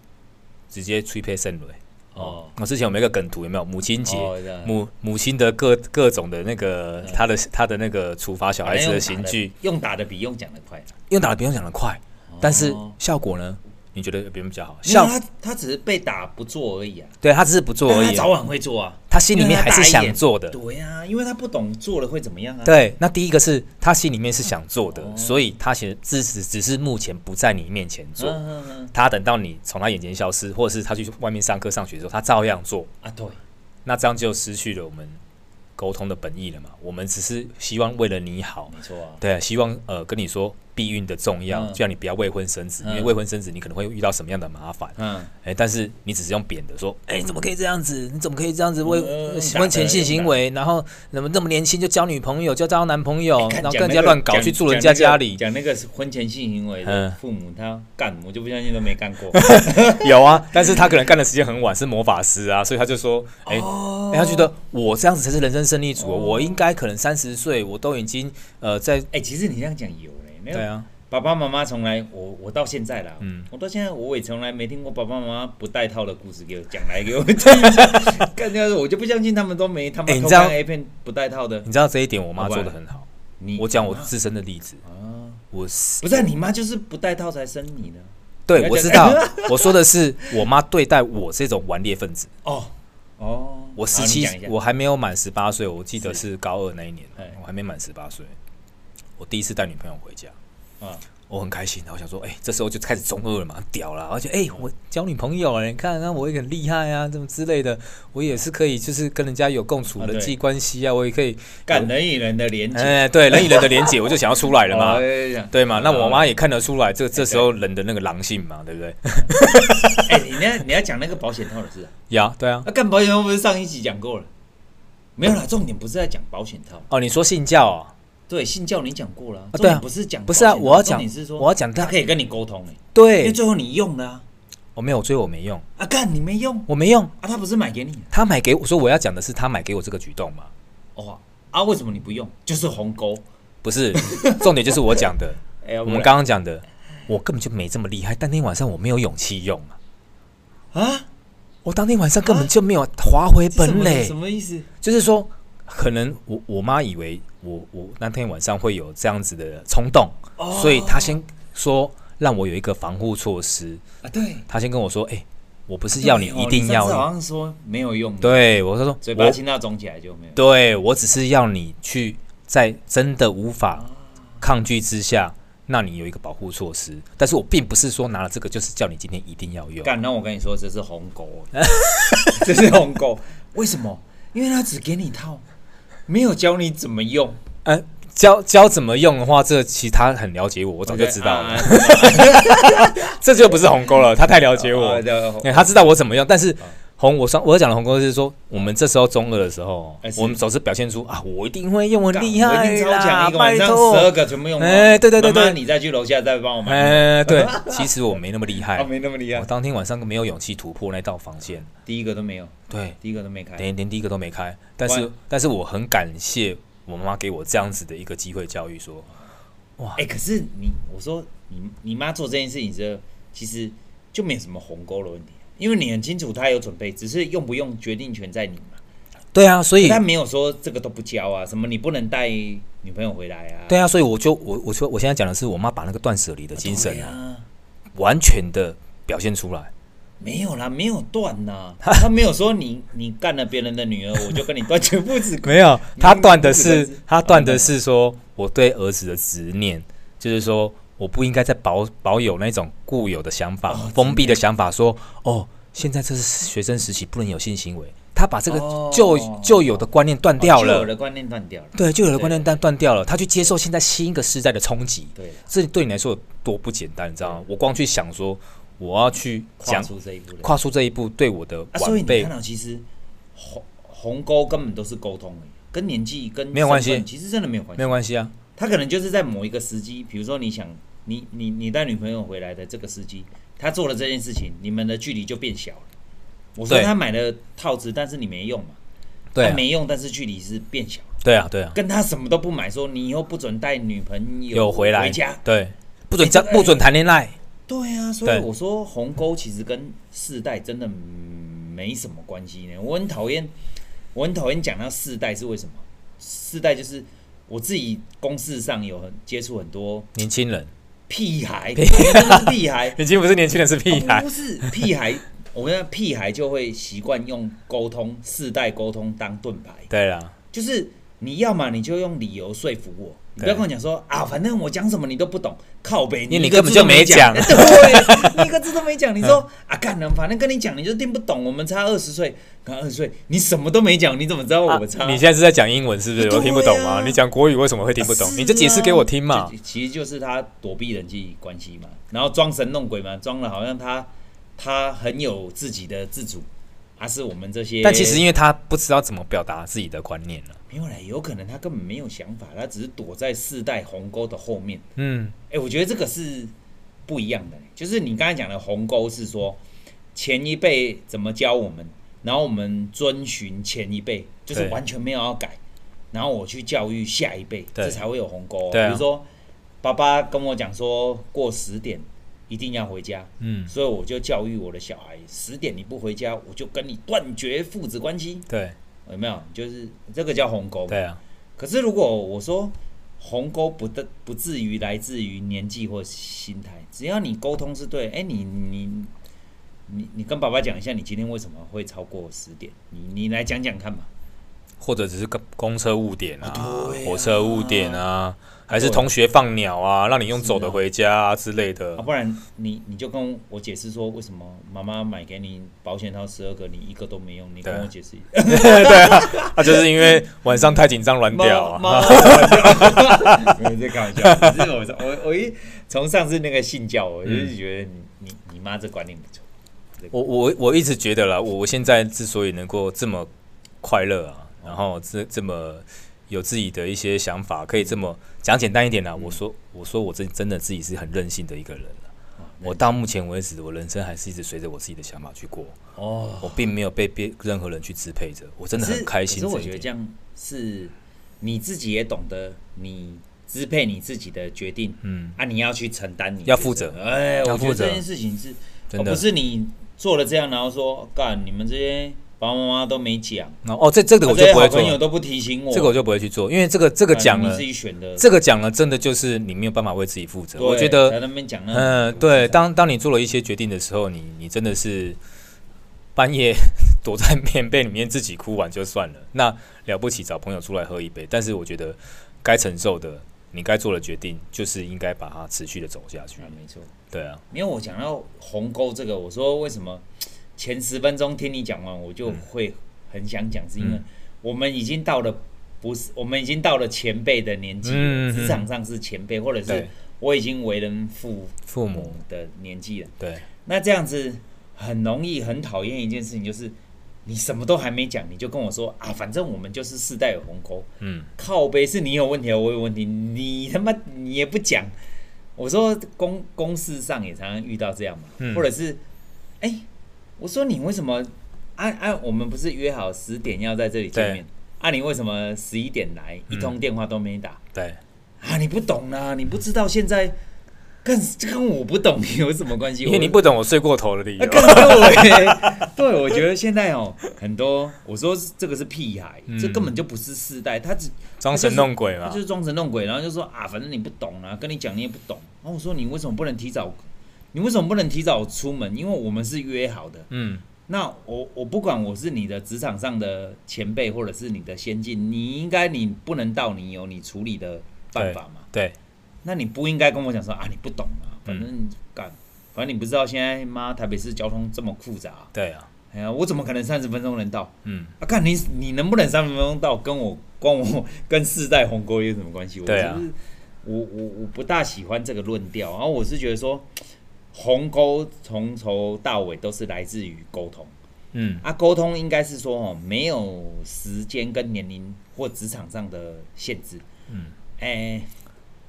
Speaker 1: 直接吹配圣蕊。
Speaker 2: 哦
Speaker 1: 我之前我们有一个梗图，有没有？母亲节，
Speaker 2: 哦这样
Speaker 1: 母母亲的各各种的那个，他的他的那个处罚小孩子的刑具，
Speaker 2: 反正用哎打的用打的比用讲的快，啊
Speaker 1: 因为打的比用讲的快，但是
Speaker 2: 哦
Speaker 1: 效果呢？你觉得别人比较好？
Speaker 2: 没
Speaker 1: 效
Speaker 2: 有他他只是被打不做而已啊，
Speaker 1: 对他只是不做而
Speaker 2: 但他
Speaker 1: 已，
Speaker 2: 早晚会做啊，
Speaker 1: 他心里面还是
Speaker 2: 因为他打一
Speaker 1: 想
Speaker 2: 眼
Speaker 1: 做的。
Speaker 2: 对呀、因为他不懂做了会怎么样啊。
Speaker 1: 对，那第一个是他心里面是想做的，
Speaker 2: 哦
Speaker 1: 所以他其实只只只是目前不在你面前做，
Speaker 2: 嗯嗯嗯
Speaker 1: 他等到你从他眼前消失，或者是他去外面上课上学的时候，他照样做，
Speaker 2: 啊，对，
Speaker 1: 那这样就失去了我们沟通的本意了嘛。我们只是希望为了你好，
Speaker 2: 没错啊，
Speaker 1: 对，希望呃跟你说避孕的重要，
Speaker 2: 嗯
Speaker 1: 就让你不要未婚生子，因为
Speaker 2: 嗯
Speaker 1: 未婚生子你可能会遇到什么样的麻烦。
Speaker 2: 嗯，
Speaker 1: 哎、但是你只是用扁的说，哎、你怎么可以这样子？你怎么可以这样子为
Speaker 2: 嗯
Speaker 1: 呃
Speaker 2: 打
Speaker 1: 婚前
Speaker 2: 的
Speaker 1: 性
Speaker 2: 用
Speaker 1: 行
Speaker 2: 打
Speaker 1: 为？然后怎么那么年轻就交女朋友，就交男朋友，
Speaker 2: 哎看
Speaker 1: 然后跟
Speaker 2: 讲
Speaker 1: 人
Speaker 2: 那
Speaker 1: 家
Speaker 2: 个
Speaker 1: 乱搞，
Speaker 2: 讲
Speaker 1: 去住人家家里？
Speaker 2: 讲那个讲那个婚前性行为的
Speaker 1: 嗯
Speaker 2: 父母，他干，我就不相信都没干 过。
Speaker 1: 有啊， 但是他可能干的时间很晚，是魔法师啊，所以他就说，哎、
Speaker 2: 哦
Speaker 1: 哎他觉得我这样子才是人生胜利组哦、我应该可能三十岁，我都已经呃在
Speaker 2: 哎，其实你这样讲有嘞，那
Speaker 1: 对
Speaker 2: 个
Speaker 1: 啊，
Speaker 2: 爸爸妈妈从来，我我到现在啦，
Speaker 1: 嗯
Speaker 2: 我到现在我也从来没听过爸爸妈妈不带套的故事给我讲来给我听一下。 干掉我就不相信他们都没他
Speaker 1: 哎你
Speaker 2: 们偷
Speaker 1: 知道
Speaker 2: 看 A 片不带套的。
Speaker 1: 你知道这一点，我妈
Speaker 2: 好吧
Speaker 1: 做的很好。
Speaker 2: 你
Speaker 1: 我讲我
Speaker 2: 啊
Speaker 1: 自身的例子，我是
Speaker 2: 不是啊你妈就是不带套才生你的
Speaker 1: 对
Speaker 2: 要
Speaker 1: 我
Speaker 2: 讲
Speaker 1: 知道， 我说的是我妈对待我这种顽劣分子。
Speaker 2: 哦哦，
Speaker 1: 我
Speaker 2: 好
Speaker 1: 十
Speaker 2: 你
Speaker 1: 七
Speaker 2: 讲一，下
Speaker 1: 我还没有满十八岁，我记得
Speaker 2: 是
Speaker 1: 是高二那一年
Speaker 2: 哎，
Speaker 1: 我还没满十八岁，我第一次带女朋友回家，
Speaker 2: 啊
Speaker 1: 我很开心，然后想说，哎、这时候就开始中二了嘛，屌了，而且哎，我交女朋友了，你看，那我也很厉害啊，怎么之类的，我也是可以，就是跟人家有共处
Speaker 2: 啊
Speaker 1: 人际
Speaker 2: 对
Speaker 1: 关系啊，我也可以，
Speaker 2: 干人与人的连接，
Speaker 1: 哎、对，人与人的连结，我就想要出来了嘛
Speaker 2: 哦。哎呀
Speaker 1: 对嘛？那我
Speaker 2: 哦
Speaker 1: 妈也看得出来，这这时候人的那个狼性嘛，对不对？
Speaker 2: 哎、你那你要讲那个保险套的事啊？
Speaker 1: 呀、对啊
Speaker 2: 那、。干保险套不是上一集讲过了？没有啦，重点不是在讲保险套，
Speaker 1: 哦，你说信教啊、
Speaker 2: 对信教你讲过了、啊
Speaker 1: 啊对啊
Speaker 2: 重点不是讲
Speaker 1: 不是啊
Speaker 2: 保险套
Speaker 1: 我要讲
Speaker 2: 重点是说
Speaker 1: 我要讲
Speaker 2: 他
Speaker 1: 他
Speaker 2: 可以跟你沟通哎、因为
Speaker 1: 对，
Speaker 2: 最后你用了啊，
Speaker 1: 我没有追，我没用，
Speaker 2: 啊干你没用
Speaker 1: 我没用。
Speaker 2: 啊，他不是买给你的
Speaker 1: 他买给我说我要讲的是他买给我这个举动嘛，
Speaker 2: 哦啊，为什么你不用？就是鸿沟，
Speaker 1: 不是 重点就是我讲的，
Speaker 2: 哎、呀，
Speaker 1: 我们刚刚讲的，我根本就没这么厉害，但那天晚上我没有勇气用嘛，
Speaker 2: 啊
Speaker 1: 我当天晚上根本就没有划回
Speaker 2: 这啊什
Speaker 1: 本
Speaker 2: 么
Speaker 1: 垒
Speaker 2: 什，么意思？
Speaker 1: 就是说可能我我妈以为我我那天晚上会有这样子的冲动，
Speaker 2: 哦
Speaker 1: 所以她先说让我有一个防护措施，
Speaker 2: 啊对
Speaker 1: 她先跟我说，哎、我不是要你一定要
Speaker 2: 哦你上次好像说没有用的，
Speaker 1: 对我是说
Speaker 2: 嘴
Speaker 1: 我
Speaker 2: 巴亲到肿起来就没有。
Speaker 1: 对我只是要你去在真的无法抗拒之下，那你有一个保护措施。但是我并不是说拿了这个就是叫你今天一定要用。
Speaker 2: 干，那我跟你说，这是红狗，哦 这是红狗。为什么？因为他只给你套，没有教你怎么用。
Speaker 1: 呃，教教怎么用的话，这其实他很了解我， 我早就知道了。
Speaker 2: 啊
Speaker 1: 这就不是鸿沟了，他太了解我
Speaker 2: 啊，对啊
Speaker 1: 哎他知道我怎么用。但是鸿，我上我要讲的鸿沟是说，我们这时候中二的时候
Speaker 2: 哎，是
Speaker 1: 我们总是表现出啊，我一定会用，我
Speaker 2: 干
Speaker 1: 厉
Speaker 2: 我
Speaker 1: 害
Speaker 2: 一定超
Speaker 1: 啦
Speaker 2: 强，一，个
Speaker 1: 拜
Speaker 2: 晚上十二
Speaker 1: 托。
Speaker 2: 个全部用光。
Speaker 1: 哎对对对
Speaker 2: 妈妈
Speaker 1: 对
Speaker 2: 你再去楼下再帮我买。
Speaker 1: 哎，对，其实我没那么厉害
Speaker 2: 哦，，没那么厉
Speaker 1: 哎我
Speaker 2: 害，
Speaker 1: 当天晚上没有勇气突破那道防线，
Speaker 2: 第一个都没有，
Speaker 1: 对，
Speaker 2: 第一个都没开。
Speaker 1: 连连第一个都没开。但是
Speaker 2: 哇
Speaker 1: 但是我很感谢我妈妈给我这样子的一个机会教育，说
Speaker 2: 哎、可是你，我说你你妈做这件事情之后，其实就没有什么鸿沟的问题，因为你很清楚她有准备，只是用不用决定权在你嘛。
Speaker 1: 对啊，所以
Speaker 2: 她没有说这个都不教啊，什么你不能带女朋友回来啊。
Speaker 1: 对啊，所以我就我我说我现在讲的是我妈把那个断舍离的精神
Speaker 2: 对
Speaker 1: 啊，
Speaker 2: 啊，
Speaker 1: 完全的表现出来。
Speaker 2: 没有啦，没有断呐、她没有说你 你干了别人的女儿，我就跟你断绝父子 关
Speaker 1: 没有，他断的
Speaker 2: 你
Speaker 1: 是
Speaker 2: 你
Speaker 1: 他断的是说我对儿子的执念，就是说我不应该再保保有那种固有的想法、
Speaker 2: 哦
Speaker 1: 封闭的想法说，哦，现在这是学生时期，不能有性行为。他把这个
Speaker 2: 哦
Speaker 1: 旧旧、有的观念断掉
Speaker 2: 哦旧
Speaker 1: 了，
Speaker 2: 有的观念断掉了。
Speaker 1: 对旧有的
Speaker 2: 对
Speaker 1: 观念断断掉了，他去接受现在新一个时代的冲击，
Speaker 2: 对啦，
Speaker 1: 这对你来说有多不简单，你知道吗？我光去想说我要去
Speaker 2: 跨
Speaker 1: 讲
Speaker 2: 出这一步了。
Speaker 1: 跨出这一步，对我的
Speaker 2: 啊，所以
Speaker 1: 晚
Speaker 2: 你
Speaker 1: 辈
Speaker 2: 看到其实鸿鸿沟根本都是沟通而已，跟年纪跟
Speaker 1: 没有关系
Speaker 2: 身份其实真的没有关系
Speaker 1: 没。有关系啊，
Speaker 2: 他可能就是在某一个时机，比如说你想你你你带女朋友回来的这个时机，他做了这件事情，你们的距离就变小了。我说
Speaker 1: 对
Speaker 2: 他买了套子，但是你没用嘛，
Speaker 1: 对
Speaker 2: 他
Speaker 1: 啊，
Speaker 2: 没用，但是距离是变小了。
Speaker 1: 对啊，对啊。
Speaker 2: 跟他什么都不买，说你以后不准带女朋友
Speaker 1: 有回来，
Speaker 2: 回家。
Speaker 1: 对，不准
Speaker 2: 哎
Speaker 1: 交，
Speaker 2: 这个
Speaker 1: 不准谈恋爱，
Speaker 2: 对啊，所以
Speaker 1: 对
Speaker 2: 我说鸿沟其实跟世代真的没什么关系呢。我很讨厌，我很讨厌讲到世代是为什么？世代就是我自己公事上有很接触很多
Speaker 1: 年轻人，
Speaker 2: 屁孩，真的是屁孩，哦
Speaker 1: 已经不是年轻人，是 屁
Speaker 2: 不。是屁孩。我跟你讲，屁孩就会习惯用沟通世代沟通当盾牌，
Speaker 1: 对啦，
Speaker 2: 就是你要么你就用理由说服我，你不
Speaker 1: 对
Speaker 2: 要跟我讲说啊，反正我讲什么你都不懂，靠北，
Speaker 1: 因为你
Speaker 2: 一个
Speaker 1: 根本
Speaker 2: 字都
Speaker 1: 就没
Speaker 2: 讲，
Speaker 1: 讲嗯
Speaker 2: 对，你一个字都没讲，你说啊，干了，反正跟你讲你就听不懂，我们差二十岁，刚二十岁，你什么都没讲，你怎么知道我们差？
Speaker 1: 啊你现在是在讲英文是不是？
Speaker 2: 啊对啊
Speaker 1: 我听不懂吗？你讲国语为什么会听不懂？
Speaker 2: 是啊
Speaker 1: 你就解释给我听嘛
Speaker 2: 就。其实就是他躲避人际关系嘛，然后装神弄鬼嘛，装的好像他他很有自己的自主，而、是我们这些。
Speaker 1: 啊但其实因为他不知道怎么表达自己的观念啊了。
Speaker 2: 没有嘞，有可能他根本没有想法，他只是躲在世代鸿沟的后面。
Speaker 1: 嗯，
Speaker 2: 哎、我觉得这个是不一样的，就是你刚才讲的鸿沟是说前一辈怎么教我们，然后我们遵循前一辈，就是
Speaker 1: 对
Speaker 2: 完全没有要改，然后我去教育下一辈，
Speaker 1: 对
Speaker 2: 这才会有鸿沟哦、
Speaker 1: 对啊
Speaker 2: 比如说爸爸跟我讲说过十点一定要回家，
Speaker 1: 嗯
Speaker 2: 所以我就教育我的小孩，十点你不回家，我就跟你断绝父子关系，
Speaker 1: 对
Speaker 2: 有没有？就是这个叫鸿沟嘛。
Speaker 1: 对啊，
Speaker 2: 可是如果我说鸿沟不得不至于来自于年纪或心态，只要你沟通是对，哎、你你你你跟爸爸讲一下，你今天为什么会超过十点？你你来讲讲看嘛。
Speaker 1: 或者只是个公车误点啊
Speaker 2: 啊对啊，
Speaker 1: 火车误点啊，还是
Speaker 2: 对
Speaker 1: 同学放鸟啊，让你用走
Speaker 2: 是啊
Speaker 1: 的回家啊之类的
Speaker 2: 啊，。不然你你就跟我解释说，为什么妈妈买给你保险套十二个，你一个都没用？你跟
Speaker 1: 对
Speaker 2: 我解释一下。
Speaker 1: 对啊，啊，就是因为晚上太紧张软掉
Speaker 2: 猫
Speaker 1: 啊。
Speaker 2: 猫，没有在开玩笑，只是我我我一从上次那个信教，我就是觉得你你你妈这观念不错。
Speaker 1: 我我我一直觉得啦，我我现在之所以能够这么快乐啊，然后这这么有自己的一些想法，可以这么讲简单一点啦。
Speaker 2: 嗯
Speaker 1: 我说我说我真真的自己是很任性的一个人啦
Speaker 2: 哦
Speaker 1: 我到目前为止，我人生还是一直随着我自己的想法去过，
Speaker 2: 哦，
Speaker 1: 我并没有被别任何人去支配着，我真的
Speaker 2: 可是
Speaker 1: 很开心
Speaker 2: 可
Speaker 1: 这
Speaker 2: 是我
Speaker 1: 一
Speaker 2: 觉得这
Speaker 1: 点。
Speaker 2: 样是你自己也懂得你支配你自己的决定，
Speaker 1: 嗯，
Speaker 2: 啊，你要去承担你
Speaker 1: 要负责
Speaker 2: 哎，
Speaker 1: 要
Speaker 2: 我觉
Speaker 1: 负
Speaker 2: 得
Speaker 1: 责
Speaker 2: 这件事情是，
Speaker 1: 真的
Speaker 2: 哦而不是你做了这样，然后说干你们这些爸爸妈妈都没讲，
Speaker 1: 那哦，这这个我就不
Speaker 2: 啊
Speaker 1: 会
Speaker 2: 这些好朋
Speaker 1: 做，
Speaker 2: 友都不提醒我，
Speaker 1: 这个我就不会去做，因为这个这
Speaker 2: 这
Speaker 1: 个讲
Speaker 2: 你
Speaker 1: 了
Speaker 2: 自，己选的，
Speaker 1: 这个讲了，真的就是你没有办法为自己负责。
Speaker 2: 对
Speaker 1: 我觉得
Speaker 2: 在那边讲那种啊
Speaker 1: 嗯，
Speaker 2: 东西
Speaker 1: 对，
Speaker 2: 上
Speaker 1: 当当你做了一些决定的时候，你你真的是半夜 躲在棉被里面自己哭完就算了，那了不起找朋友出来喝一杯。但是我觉得该承受的，你该做的决定，就是应该把它持续的走下去
Speaker 2: 啊。，没错。
Speaker 1: 对啊，
Speaker 2: 因为我讲到鸿沟这个，我说为什么前十分钟听你讲完，我就会很想讲，是因为
Speaker 1: 嗯
Speaker 2: 我们已经到了不是，我们已经到了前辈的年纪了，
Speaker 1: 嗯嗯嗯
Speaker 2: 职场上是前辈，或者是
Speaker 1: 对
Speaker 2: 我已经为人父
Speaker 1: 父
Speaker 2: 母
Speaker 1: 母，
Speaker 2: 的年纪了。
Speaker 1: 对
Speaker 2: 那这样子很容易很讨厌一件事情，就是你什么都还没讲，你就跟我说啊，反正我们就是世代有鸿沟，
Speaker 1: 嗯，
Speaker 2: 靠背是你有问题，我有问题，你他妈你也不讲。我说公公事上也常常遇到这样嘛，
Speaker 1: 嗯
Speaker 2: 或者是，哎、我说你为什么？按、按、我们不是约好十点要在这里见面？啊，你为什么十一点来，一通电话都没打？
Speaker 1: 对，
Speaker 2: 啊，你不懂啦，你不知道现在跟这跟我不懂有什么关系？
Speaker 1: 因为你
Speaker 2: 我
Speaker 1: 不懂我睡过头的理
Speaker 2: 啊
Speaker 1: 由。
Speaker 2: 更对， 对，我觉得现在哦，很多我说是这个是屁孩，
Speaker 1: 嗯
Speaker 2: 这根本就不是世代，他只
Speaker 1: 装神弄鬼嘛
Speaker 2: 他就是装神弄鬼，然后就说啊，反正你不懂啊，跟你讲你也不懂。然后我说你为什么不能提早？你为什么不能提早出门？因为我们是约好的。
Speaker 1: 嗯，
Speaker 2: 那我我不管我是你的职场上的前辈，或者是你的先进，你应该你不能到，你有你处理的办
Speaker 1: 对
Speaker 2: 法嘛。
Speaker 1: 对，
Speaker 2: 那你不应该跟我讲说啊，你不懂啊，反正干、反正你不知道现在妈台北市交通这么复杂、
Speaker 1: 对啊，
Speaker 2: 哎呀，我怎么可能三十分钟能到？
Speaker 1: 嗯，
Speaker 2: 啊，看你你能不能三十分钟到，跟我关我跟世代鸿沟有什么关系？我
Speaker 1: 对啊
Speaker 2: 就是我我我不大喜欢这个论调，然后我是觉得说，鸿沟从头到尾都是来自于沟通
Speaker 1: 嗯，
Speaker 2: 啊，沟通应该是说哦，没有时间跟年龄或职场上的限制，
Speaker 1: 嗯，
Speaker 2: 哎、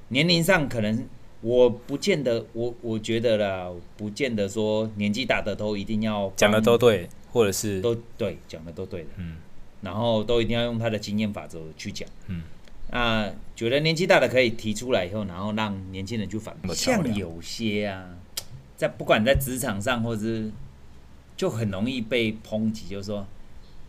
Speaker 2: 年龄上可能我不见得，我我觉得啦，不见得说年纪大的都一定要
Speaker 1: 讲的
Speaker 2: 帮
Speaker 1: 都对，或者是
Speaker 2: 都对，讲的都对的，
Speaker 1: 嗯，
Speaker 2: 然后都一定要用他的经验法则去讲，
Speaker 1: 嗯，
Speaker 2: 那觉得年纪大的可以提出来以后，然后让年轻人去反
Speaker 1: 那
Speaker 2: 驳。
Speaker 1: 么巧
Speaker 2: 像
Speaker 1: 妙
Speaker 2: 有些啊，在不管在职场上或者是就很容易被抨击，就说，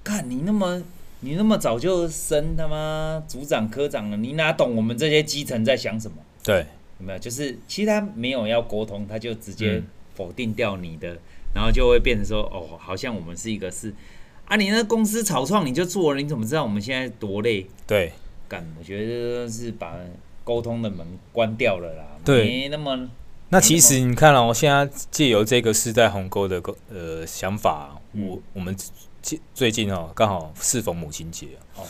Speaker 2: 看你那么你那么早就升他妈组长科长了，你哪懂我们这些基层在想什么？
Speaker 1: 对，
Speaker 2: 有没有？就是其实他没有要沟通，他就直接
Speaker 1: 嗯
Speaker 2: 否定掉你的，然后就会变成说，哦，好像我们是一个是啊，你那公司草创你就做了，你怎么知道我们现在多累？
Speaker 1: 对，
Speaker 2: 干，我觉得是把沟通的门关掉了啦，
Speaker 1: 对
Speaker 2: 没那么
Speaker 1: 那其
Speaker 2: 嗯
Speaker 1: 实你看哦，现在借由这个世代鸿沟的个呃想法啊、
Speaker 2: 嗯
Speaker 1: 我我们最最近哦，刚好适逢母亲节、啊
Speaker 2: 哦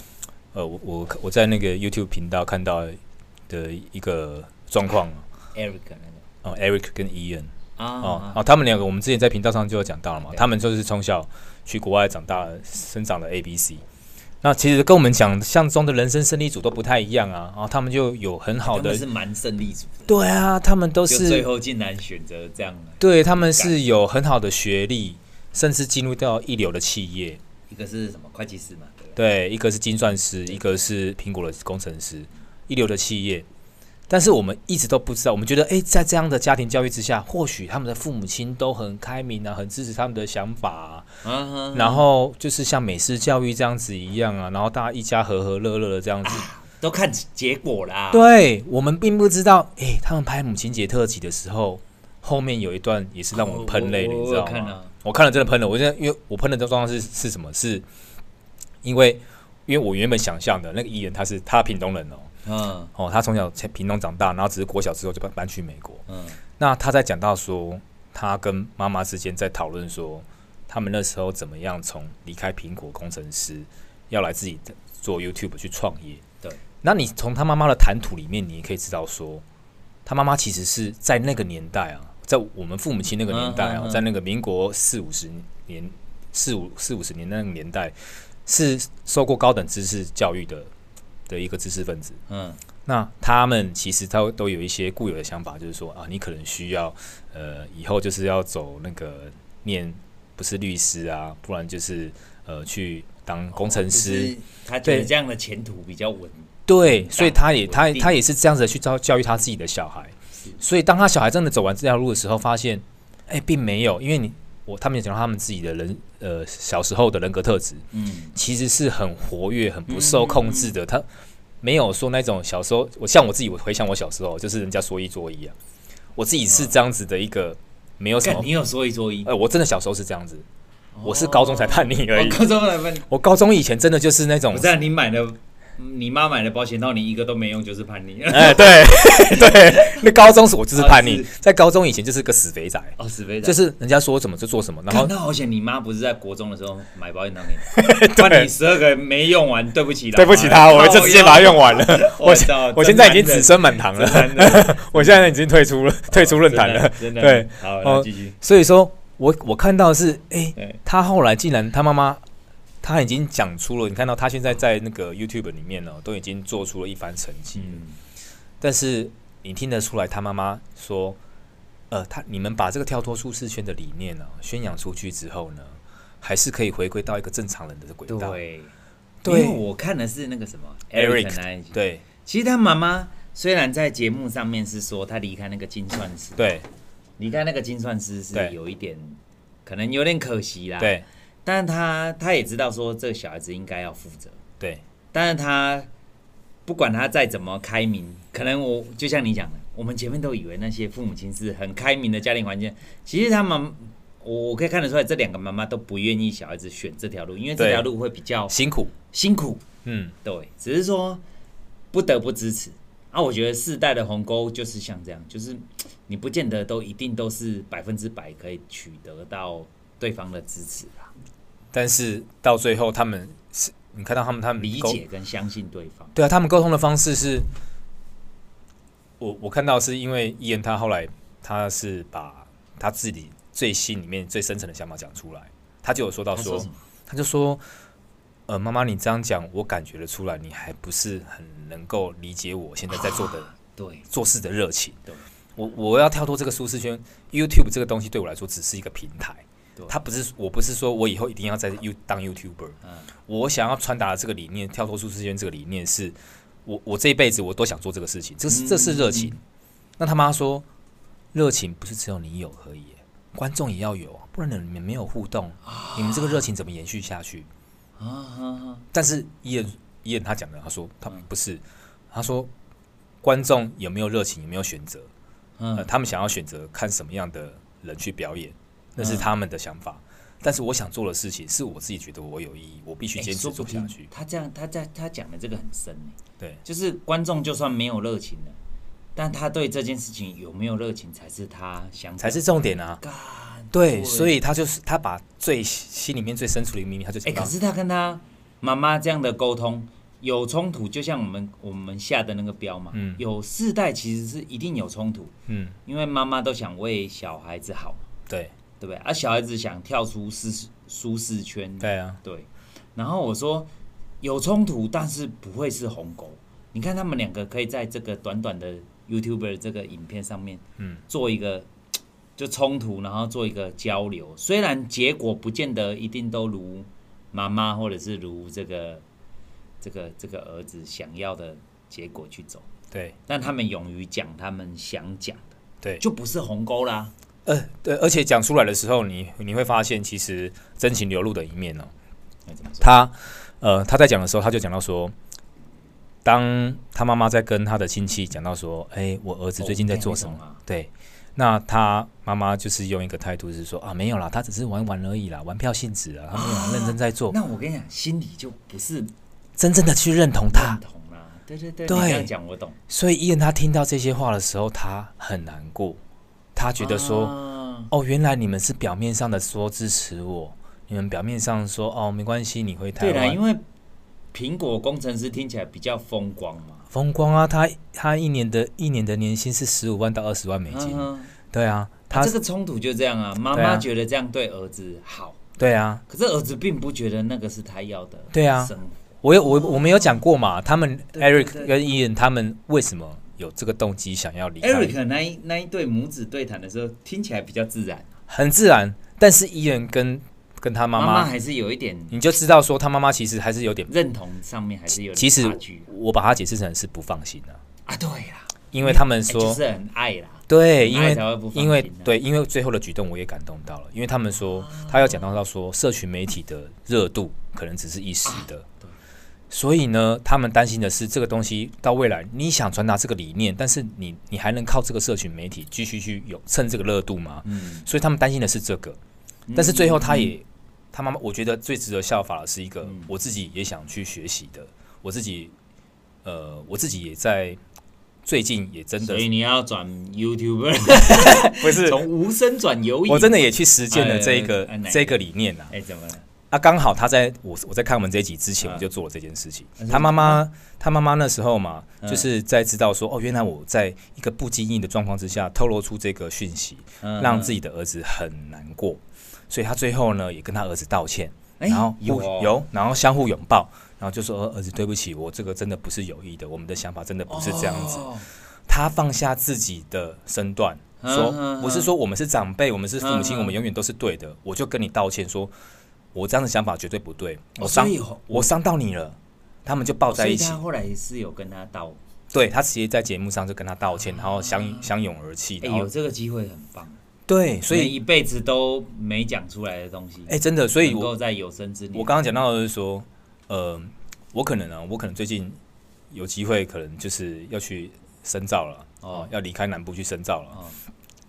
Speaker 1: 呃，我我我在那个 YouTube 频道看到的一个状况
Speaker 2: Eric 那
Speaker 1: 哦，Eric 跟 Ian
Speaker 2: 个啊，
Speaker 1: 哦
Speaker 2: 啊，
Speaker 1: 哦，他们两个我们之前在频道上就有讲到了嘛，
Speaker 2: 对
Speaker 1: 他们就是从小去国外长大生长的 A B C。那其实跟我们想象中的人生胜利组都不太一样啊，然、后他们就有很好
Speaker 2: 他们
Speaker 1: 的，
Speaker 2: 是蛮胜利组的，
Speaker 1: 对啊，他们都
Speaker 2: 就是最后竟然选择这样的，
Speaker 1: 对，他们
Speaker 2: 感
Speaker 1: 是有很好的学历，甚至进入到一流的企业。
Speaker 2: 一个是什么会计师嘛，对不对？
Speaker 1: 对，一个是精算师，一个是苹果的工程师，一流的企业。但是我们一直都不知道，我们觉得，诶，在这样的家庭教育之下，或许他们的父母亲都很开明啊，很支持他们的想法啊、
Speaker 2: 啊哈
Speaker 1: 然后就是像美式教育这样子一样啊，然后大家一家和和乐乐的这样子。
Speaker 2: 都看结果啦，
Speaker 1: 对啊我们并不知道，诶，他们拍母亲节特辑的时候，后面有一段也是让我们喷泪的，
Speaker 2: 我我
Speaker 1: 你知道
Speaker 2: 我有看
Speaker 1: 吗
Speaker 2: 啊？
Speaker 1: 我看了真的喷了，我现在因为我喷的状况是是什么？是因为因为我原本想象的那个艺人他是他屏东人哦，
Speaker 2: 嗯
Speaker 1: 哦，他从小在屏东长大，然后只是国小之后就搬搬去美国。
Speaker 2: 嗯
Speaker 1: 那他在讲到说，他跟妈妈之间在讨论说，他们那时候怎么样从离开苹果工程师，要来自己做 YouTube 去创业。
Speaker 2: 对，
Speaker 1: 那你从他妈妈的谈吐里面，你也可以知道说，他妈妈其实是在那个年代啊，在我们父母亲那个年代啊，
Speaker 2: 嗯嗯嗯
Speaker 1: 在那个民国四五十年、四五四五十年那个年代，是受过高等知识教育的的一个知识分子。
Speaker 2: 嗯。
Speaker 1: 那他们其实他都有一些固有的想法，就是说啊，你可能需要呃，以后就是要走那个念不是律师啊，不然就是呃去当工程
Speaker 2: 哦就
Speaker 1: 师。
Speaker 2: 是他觉得
Speaker 1: 对
Speaker 2: 这样的前途比较稳。
Speaker 1: 对，所以他也
Speaker 2: 稳
Speaker 1: 他
Speaker 2: 定
Speaker 1: 他也是这样子去教教育他自己的小孩。所以当他小孩真的走完这条路的时候，发现哎、并没有，因为你我他们也讲到他们自己的人呃小时候的人格特质，
Speaker 2: 嗯，
Speaker 1: 其实是很活跃、很不受控制的。他没有说那种小时候，我像我自己，我回想我小时候，就是人家说一做一啊，我自己是这样子的一个，没有什
Speaker 2: 干
Speaker 1: 么
Speaker 2: 你。有说一说一，哦
Speaker 1: 呃，我真的小时候是这样子，哦我是高中才叛逆而
Speaker 2: 我
Speaker 1: 已。
Speaker 2: 哦高中来问，
Speaker 1: 我高中以前真的就是那种
Speaker 2: 不，是、啊、你买的，你妈买的保险套，你一个都没用，就是叛逆。
Speaker 1: 哎，对 对，那高中时我就是叛
Speaker 2: 哦
Speaker 1: 逆
Speaker 2: 是，
Speaker 1: 在高中以前就是个死肥仔，
Speaker 2: 哦，死肥仔，
Speaker 1: 就是人家说什么就做什么，然
Speaker 2: 看
Speaker 1: 后
Speaker 2: 那好险，你妈不是在国中的时候买保险套给 你，不然你十二个没用完，对不起哦啦，
Speaker 1: 对不起他，我就直接把它用完了。
Speaker 2: 啊哦我
Speaker 1: 我
Speaker 2: 知道
Speaker 1: 我
Speaker 2: 真
Speaker 1: 现在已经
Speaker 2: 男人
Speaker 1: 子孙满堂
Speaker 2: 真
Speaker 1: 了，
Speaker 2: 男人
Speaker 1: 我现在已经退出了，退出论坛了。
Speaker 2: 真的，真的
Speaker 1: 对，
Speaker 2: 好，
Speaker 1: 哦
Speaker 2: 那继续，
Speaker 1: 所以说我我看到的是，诶，
Speaker 2: 对
Speaker 1: 他后来竟然他妈妈，他已经讲出了，你看到他现在在那个 YouTube 里面呢、哦都已经做出了一番成绩，
Speaker 2: 嗯，
Speaker 1: 但是你听得出来，他妈妈说，呃，他你们把这个跳脱舒适圈的理念呢、哦宣扬出去之后呢，还是可以回归到一个正常人的轨道。
Speaker 2: 对，
Speaker 1: 对
Speaker 2: 因为我看的是那个什么
Speaker 1: Eric，
Speaker 2: 那一集，
Speaker 1: 对
Speaker 2: 其实他妈妈虽然在节目上面是说他离开那个精算师，
Speaker 1: 对
Speaker 2: 离开那个精算师是
Speaker 1: 对
Speaker 2: 有一点，可能有点可惜啦，，
Speaker 1: 对
Speaker 2: 但他他也知道说这个小孩子应该要负责，
Speaker 1: 对
Speaker 2: 但是他不管他再怎么开明，可能我就像你讲的，我们前面都以为那些父母亲是很开明的家庭环境，其实他们，我我可以看得出来，这两个妈妈都不愿意小孩子选这条路，因为这
Speaker 1: 对
Speaker 2: 条路会比较
Speaker 1: 辛苦，
Speaker 2: 辛苦，
Speaker 1: 嗯，
Speaker 2: 对，只是说不得不支持。啊，我觉得世代的鸿沟就是像这样，就是嘖你不见得都一定都是百分之百可以取得到对方的支持啦，
Speaker 1: 但是到最后他们是，你看到他们他们
Speaker 2: 理
Speaker 1: 沟
Speaker 2: 解跟相信对方。
Speaker 1: 对啊，他们沟通的方式是，我我看到是因为伊恩他后来他是把他自己最心里面最深层的想法讲出来，他就有说到
Speaker 2: 他
Speaker 1: 说，
Speaker 2: 说
Speaker 1: 他
Speaker 2: 什么？
Speaker 1: 就说，呃，妈妈你这样讲，我感觉得出来，你还不是很能够理解我现在在做的、
Speaker 2: 对，
Speaker 1: 做事的热情
Speaker 2: 对。
Speaker 1: 我我要跳脱这个舒适圈，YouTube 这个东西对我来说只是一个平台
Speaker 2: 对，
Speaker 1: 它不是我不是说我以后一定要在 You 当 YouTuber，
Speaker 2: 嗯。
Speaker 1: 我想要传达的这个理念，跳脱舒适圈这个理念是，我我这一辈子我都想做这个事情，这
Speaker 2: 嗯
Speaker 1: 是这是热情。那他妈说，热情不是只有你有而已，观众也要有啊，不然你们没有互动，你们这个热情怎么延续下去？
Speaker 2: 啊啊啊！
Speaker 1: 但是伊人伊人他讲的，他说他
Speaker 2: 嗯
Speaker 1: 不是，他说观众有没有热情，有没有选择，呃，
Speaker 2: 嗯，
Speaker 1: 他们想要选择看什么样的人去表演，那
Speaker 2: 嗯
Speaker 1: 是他们的想法。但是我想做的事情，是我自己觉得我有意义，我必须
Speaker 2: 哎
Speaker 1: 坚持
Speaker 2: 说不
Speaker 1: 做下
Speaker 2: 定
Speaker 1: 去。
Speaker 2: 他这样，他在他讲的这个很深呢，
Speaker 1: 对，
Speaker 2: 就是观众就算没有热情了，但他对这件事情有没有热情才是他想
Speaker 1: 才是重点啊。
Speaker 2: 干。
Speaker 1: 对，所以他就是他把最心里面最深处的一个秘密，他就
Speaker 2: 哎、
Speaker 1: 讲
Speaker 2: 可
Speaker 1: 到，
Speaker 2: 是他跟他妈妈这样的沟通有冲突，就像我们我们下的那个标嘛，
Speaker 1: 嗯
Speaker 2: 有世代其实是一定有冲突，
Speaker 1: 嗯，
Speaker 2: 因为妈妈都想为小孩子好，
Speaker 1: 对，
Speaker 2: 对不对？而、小孩子想跳出舒适舒适圈，
Speaker 1: 对啊，
Speaker 2: 对，然后我说有冲突，但是不会是鸿沟。你看他们两个可以在这个短短的 YouTuber 这个影片上面，
Speaker 1: 嗯，
Speaker 2: 做一个就冲突，然后做一个交流。虽然结果不见得一定都如妈妈或者是如这个这个这个儿子想要的结果去走，
Speaker 1: 对，
Speaker 2: 但他们勇于讲他们想讲的，
Speaker 1: 对，
Speaker 2: 就不是鸿沟啦。
Speaker 1: 呃，对，而且讲出来的时候，你你会发现，其实真情流露的一面呢、
Speaker 2: 那怎么说？
Speaker 1: 他呃他在讲的时候，他就讲到说，当他妈妈在跟他的亲戚讲到说，哎，我儿子最近在做什么？
Speaker 2: 哦那种啊
Speaker 1: 对，那他妈妈就是用一个态度是说啊，没有啦，他只是玩玩而已啦，玩票性质啊，他没有很认真在做，
Speaker 2: 那哦我跟你讲，心里就不是
Speaker 1: 真正的去认同他
Speaker 2: 认。同啊啦。对对对，
Speaker 1: 对
Speaker 2: 你这样讲我懂。
Speaker 1: 所以伊恩他听到这些话的时候，他很难过，他觉得说，
Speaker 2: 啊
Speaker 1: 哦，原来你们是表面上的说支持我，你们表面上说哦没关系，你回台
Speaker 2: 对啦，
Speaker 1: 湾
Speaker 2: 因为苹果工程师听起来比较风光嘛，
Speaker 1: 风光啊，他他一年的一年的年薪是十五万到二十万美金，
Speaker 2: 嗯哼
Speaker 1: 对啊，他、
Speaker 2: 这个冲突就这样啊，妈
Speaker 1: 对
Speaker 2: 妈
Speaker 1: 啊
Speaker 2: 觉得这样对儿子好，
Speaker 1: 对啊，
Speaker 2: 可是儿子并不觉得那个是他要的，
Speaker 1: 对啊
Speaker 2: 生活
Speaker 1: 我有我我们有讲过嘛，他们
Speaker 2: 对对
Speaker 1: Eric
Speaker 2: 对
Speaker 1: 跟伊恩他们为什么有这个动机想要离开
Speaker 2: Eric 那一那一对母子对谈的时候，听起来比较自然，
Speaker 1: 很自然，但是伊恩跟跟他妈
Speaker 2: 妈
Speaker 1: 妈，
Speaker 2: 还是有一点
Speaker 1: 你就知道说他妈妈其实还是有点，
Speaker 2: 认同，上面还是有
Speaker 1: 其
Speaker 2: 点
Speaker 1: 实
Speaker 2: 差距
Speaker 1: 我把它解释成是不放心啊。
Speaker 2: 啊，对啦，
Speaker 1: 因为他们
Speaker 2: 哎
Speaker 1: 说，
Speaker 2: 就是很爱啦，
Speaker 1: 对，因
Speaker 2: 很爱
Speaker 1: 为
Speaker 2: 才会不放心啊哦
Speaker 1: 因为对，因为最后的举动我也感动到了，因为他们说、他要讲到到说，社群媒体的热度可能只是一时的，
Speaker 2: 对
Speaker 1: 所以呢，他们担心的是这个东西到未来，你想传达这个理念，但是你你还能靠这个社群媒体继续去有蹭这个热度吗？
Speaker 2: 嗯，
Speaker 1: 所以他们担心的是这个，但是最后他也、他妈妈，我觉得最值得效法的是一个
Speaker 2: 嗯
Speaker 1: 我自己也想去学习的，我自己呃，我自己也在最近也真的
Speaker 2: 所以你要转 YouTuber，
Speaker 1: 不是，
Speaker 2: 从无声转有影。
Speaker 1: 我真的也去实践了
Speaker 2: 哎
Speaker 1: 这一个
Speaker 2: 哎哪一个
Speaker 1: 这个理念呐、啊。
Speaker 2: 哎、怎么了？
Speaker 1: 啊，刚好他在我我在看我们这一集之前，
Speaker 2: 嗯
Speaker 1: 我就做了这件事情。
Speaker 2: 嗯
Speaker 1: 他妈妈，他妈妈那时候嘛，
Speaker 2: 嗯
Speaker 1: 就是在知道说，哦，原来我在一个不经意的状况之下透露出这个讯息，
Speaker 2: 嗯
Speaker 1: 让自己的儿子很难过，所以他最后呢也跟他儿子道歉，
Speaker 2: 哎
Speaker 1: 然后
Speaker 2: 有
Speaker 1: 互
Speaker 2: 哦
Speaker 1: 有，然后相互拥抱，然后就说，呃儿子对不起，我这个真的不是有意的，我们的想法真的不是这样子。
Speaker 2: 哦
Speaker 1: 他放下自己的身段，
Speaker 2: 嗯
Speaker 1: 说
Speaker 2: 嗯
Speaker 1: 我是说我们是长辈，我们是父母亲，
Speaker 2: 嗯嗯
Speaker 1: 我们永远都是对的。我就跟你道歉说，我这样的想法绝对不对，我
Speaker 2: 哦
Speaker 1: 伤
Speaker 2: 所以哦
Speaker 1: 我伤到你了。他们就抱在一
Speaker 2: 所
Speaker 1: 起
Speaker 2: 以，他后来是有跟他道，
Speaker 1: 对他直接在节目上就跟他道歉，然后相相拥而泣，
Speaker 2: 啊哎、
Speaker 1: 然后
Speaker 2: 有这个机会很棒，
Speaker 1: 对，所
Speaker 2: 那
Speaker 1: 以
Speaker 2: 一辈子都没讲出来的东西，
Speaker 1: 哎真的，所以
Speaker 2: 能
Speaker 1: 我
Speaker 2: 够在有生之年，
Speaker 1: 我刚刚讲到的是说，呃，我可能啊，我可能最近有机会，可能就是要去深造了，哦
Speaker 2: 哦，
Speaker 1: 要离开南部去深造了。
Speaker 2: 哦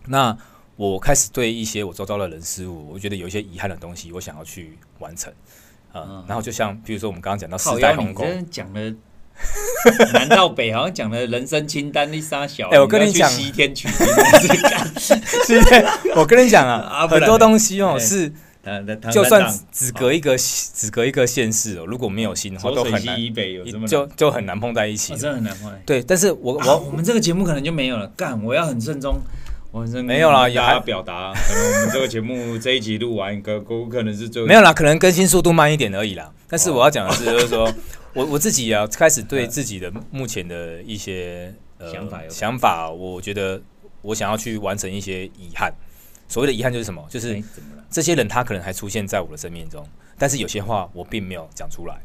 Speaker 1: 那我开始对一些我周遭的人事物，我觉得有一些遗憾的东西，我想要去完成。啊、
Speaker 2: 嗯
Speaker 1: 然后就像比如说我们刚刚讲到
Speaker 2: 靠
Speaker 1: 时代
Speaker 2: 腰，
Speaker 1: 鸿
Speaker 2: 你
Speaker 1: 沟，
Speaker 2: 真的讲了南到北，好像讲了人生清单一沙小。
Speaker 1: 哎我跟
Speaker 2: 你
Speaker 1: 你
Speaker 2: 要去
Speaker 1: 讲
Speaker 2: 西天取经 你是干
Speaker 1: 是不是？我跟你讲啊，
Speaker 2: 啊不
Speaker 1: 很
Speaker 2: 然
Speaker 1: 多
Speaker 2: 呢
Speaker 1: 东西哦、
Speaker 2: 哎
Speaker 1: 是
Speaker 2: 呃那唐
Speaker 1: 就
Speaker 2: 三
Speaker 1: 算
Speaker 2: 藏
Speaker 1: 只隔一个只隔一个县市哦、如果没有心的话，
Speaker 2: 左
Speaker 1: 都
Speaker 2: 啊水
Speaker 1: 很
Speaker 2: 西
Speaker 1: 难，
Speaker 2: 以北有这么难
Speaker 1: 就就很难碰在一起
Speaker 2: 哦。真的很难换。啊
Speaker 1: 对，但是 我我、
Speaker 2: 我们这个节目可能就没有了。干，我要很慎重，我很慎重
Speaker 1: 没有啦
Speaker 2: 跟大
Speaker 1: 也还
Speaker 2: 家表达，可能我们这个节目这一集录完，可可可能是最后
Speaker 1: 没有啦，可能更新速度慢一点而已啦。但是我要讲的是，
Speaker 2: 哦
Speaker 1: 就是 说我我自己啊，开始对自己的目前的一些、呃、
Speaker 2: 想法有
Speaker 1: 想法，我觉得我想要去完成一些遗憾。所谓的遗憾就是什么？就是
Speaker 2: 哎怎么了？
Speaker 1: 这些人他可能还出现在我的生命中，但是有些话我并没有讲出来。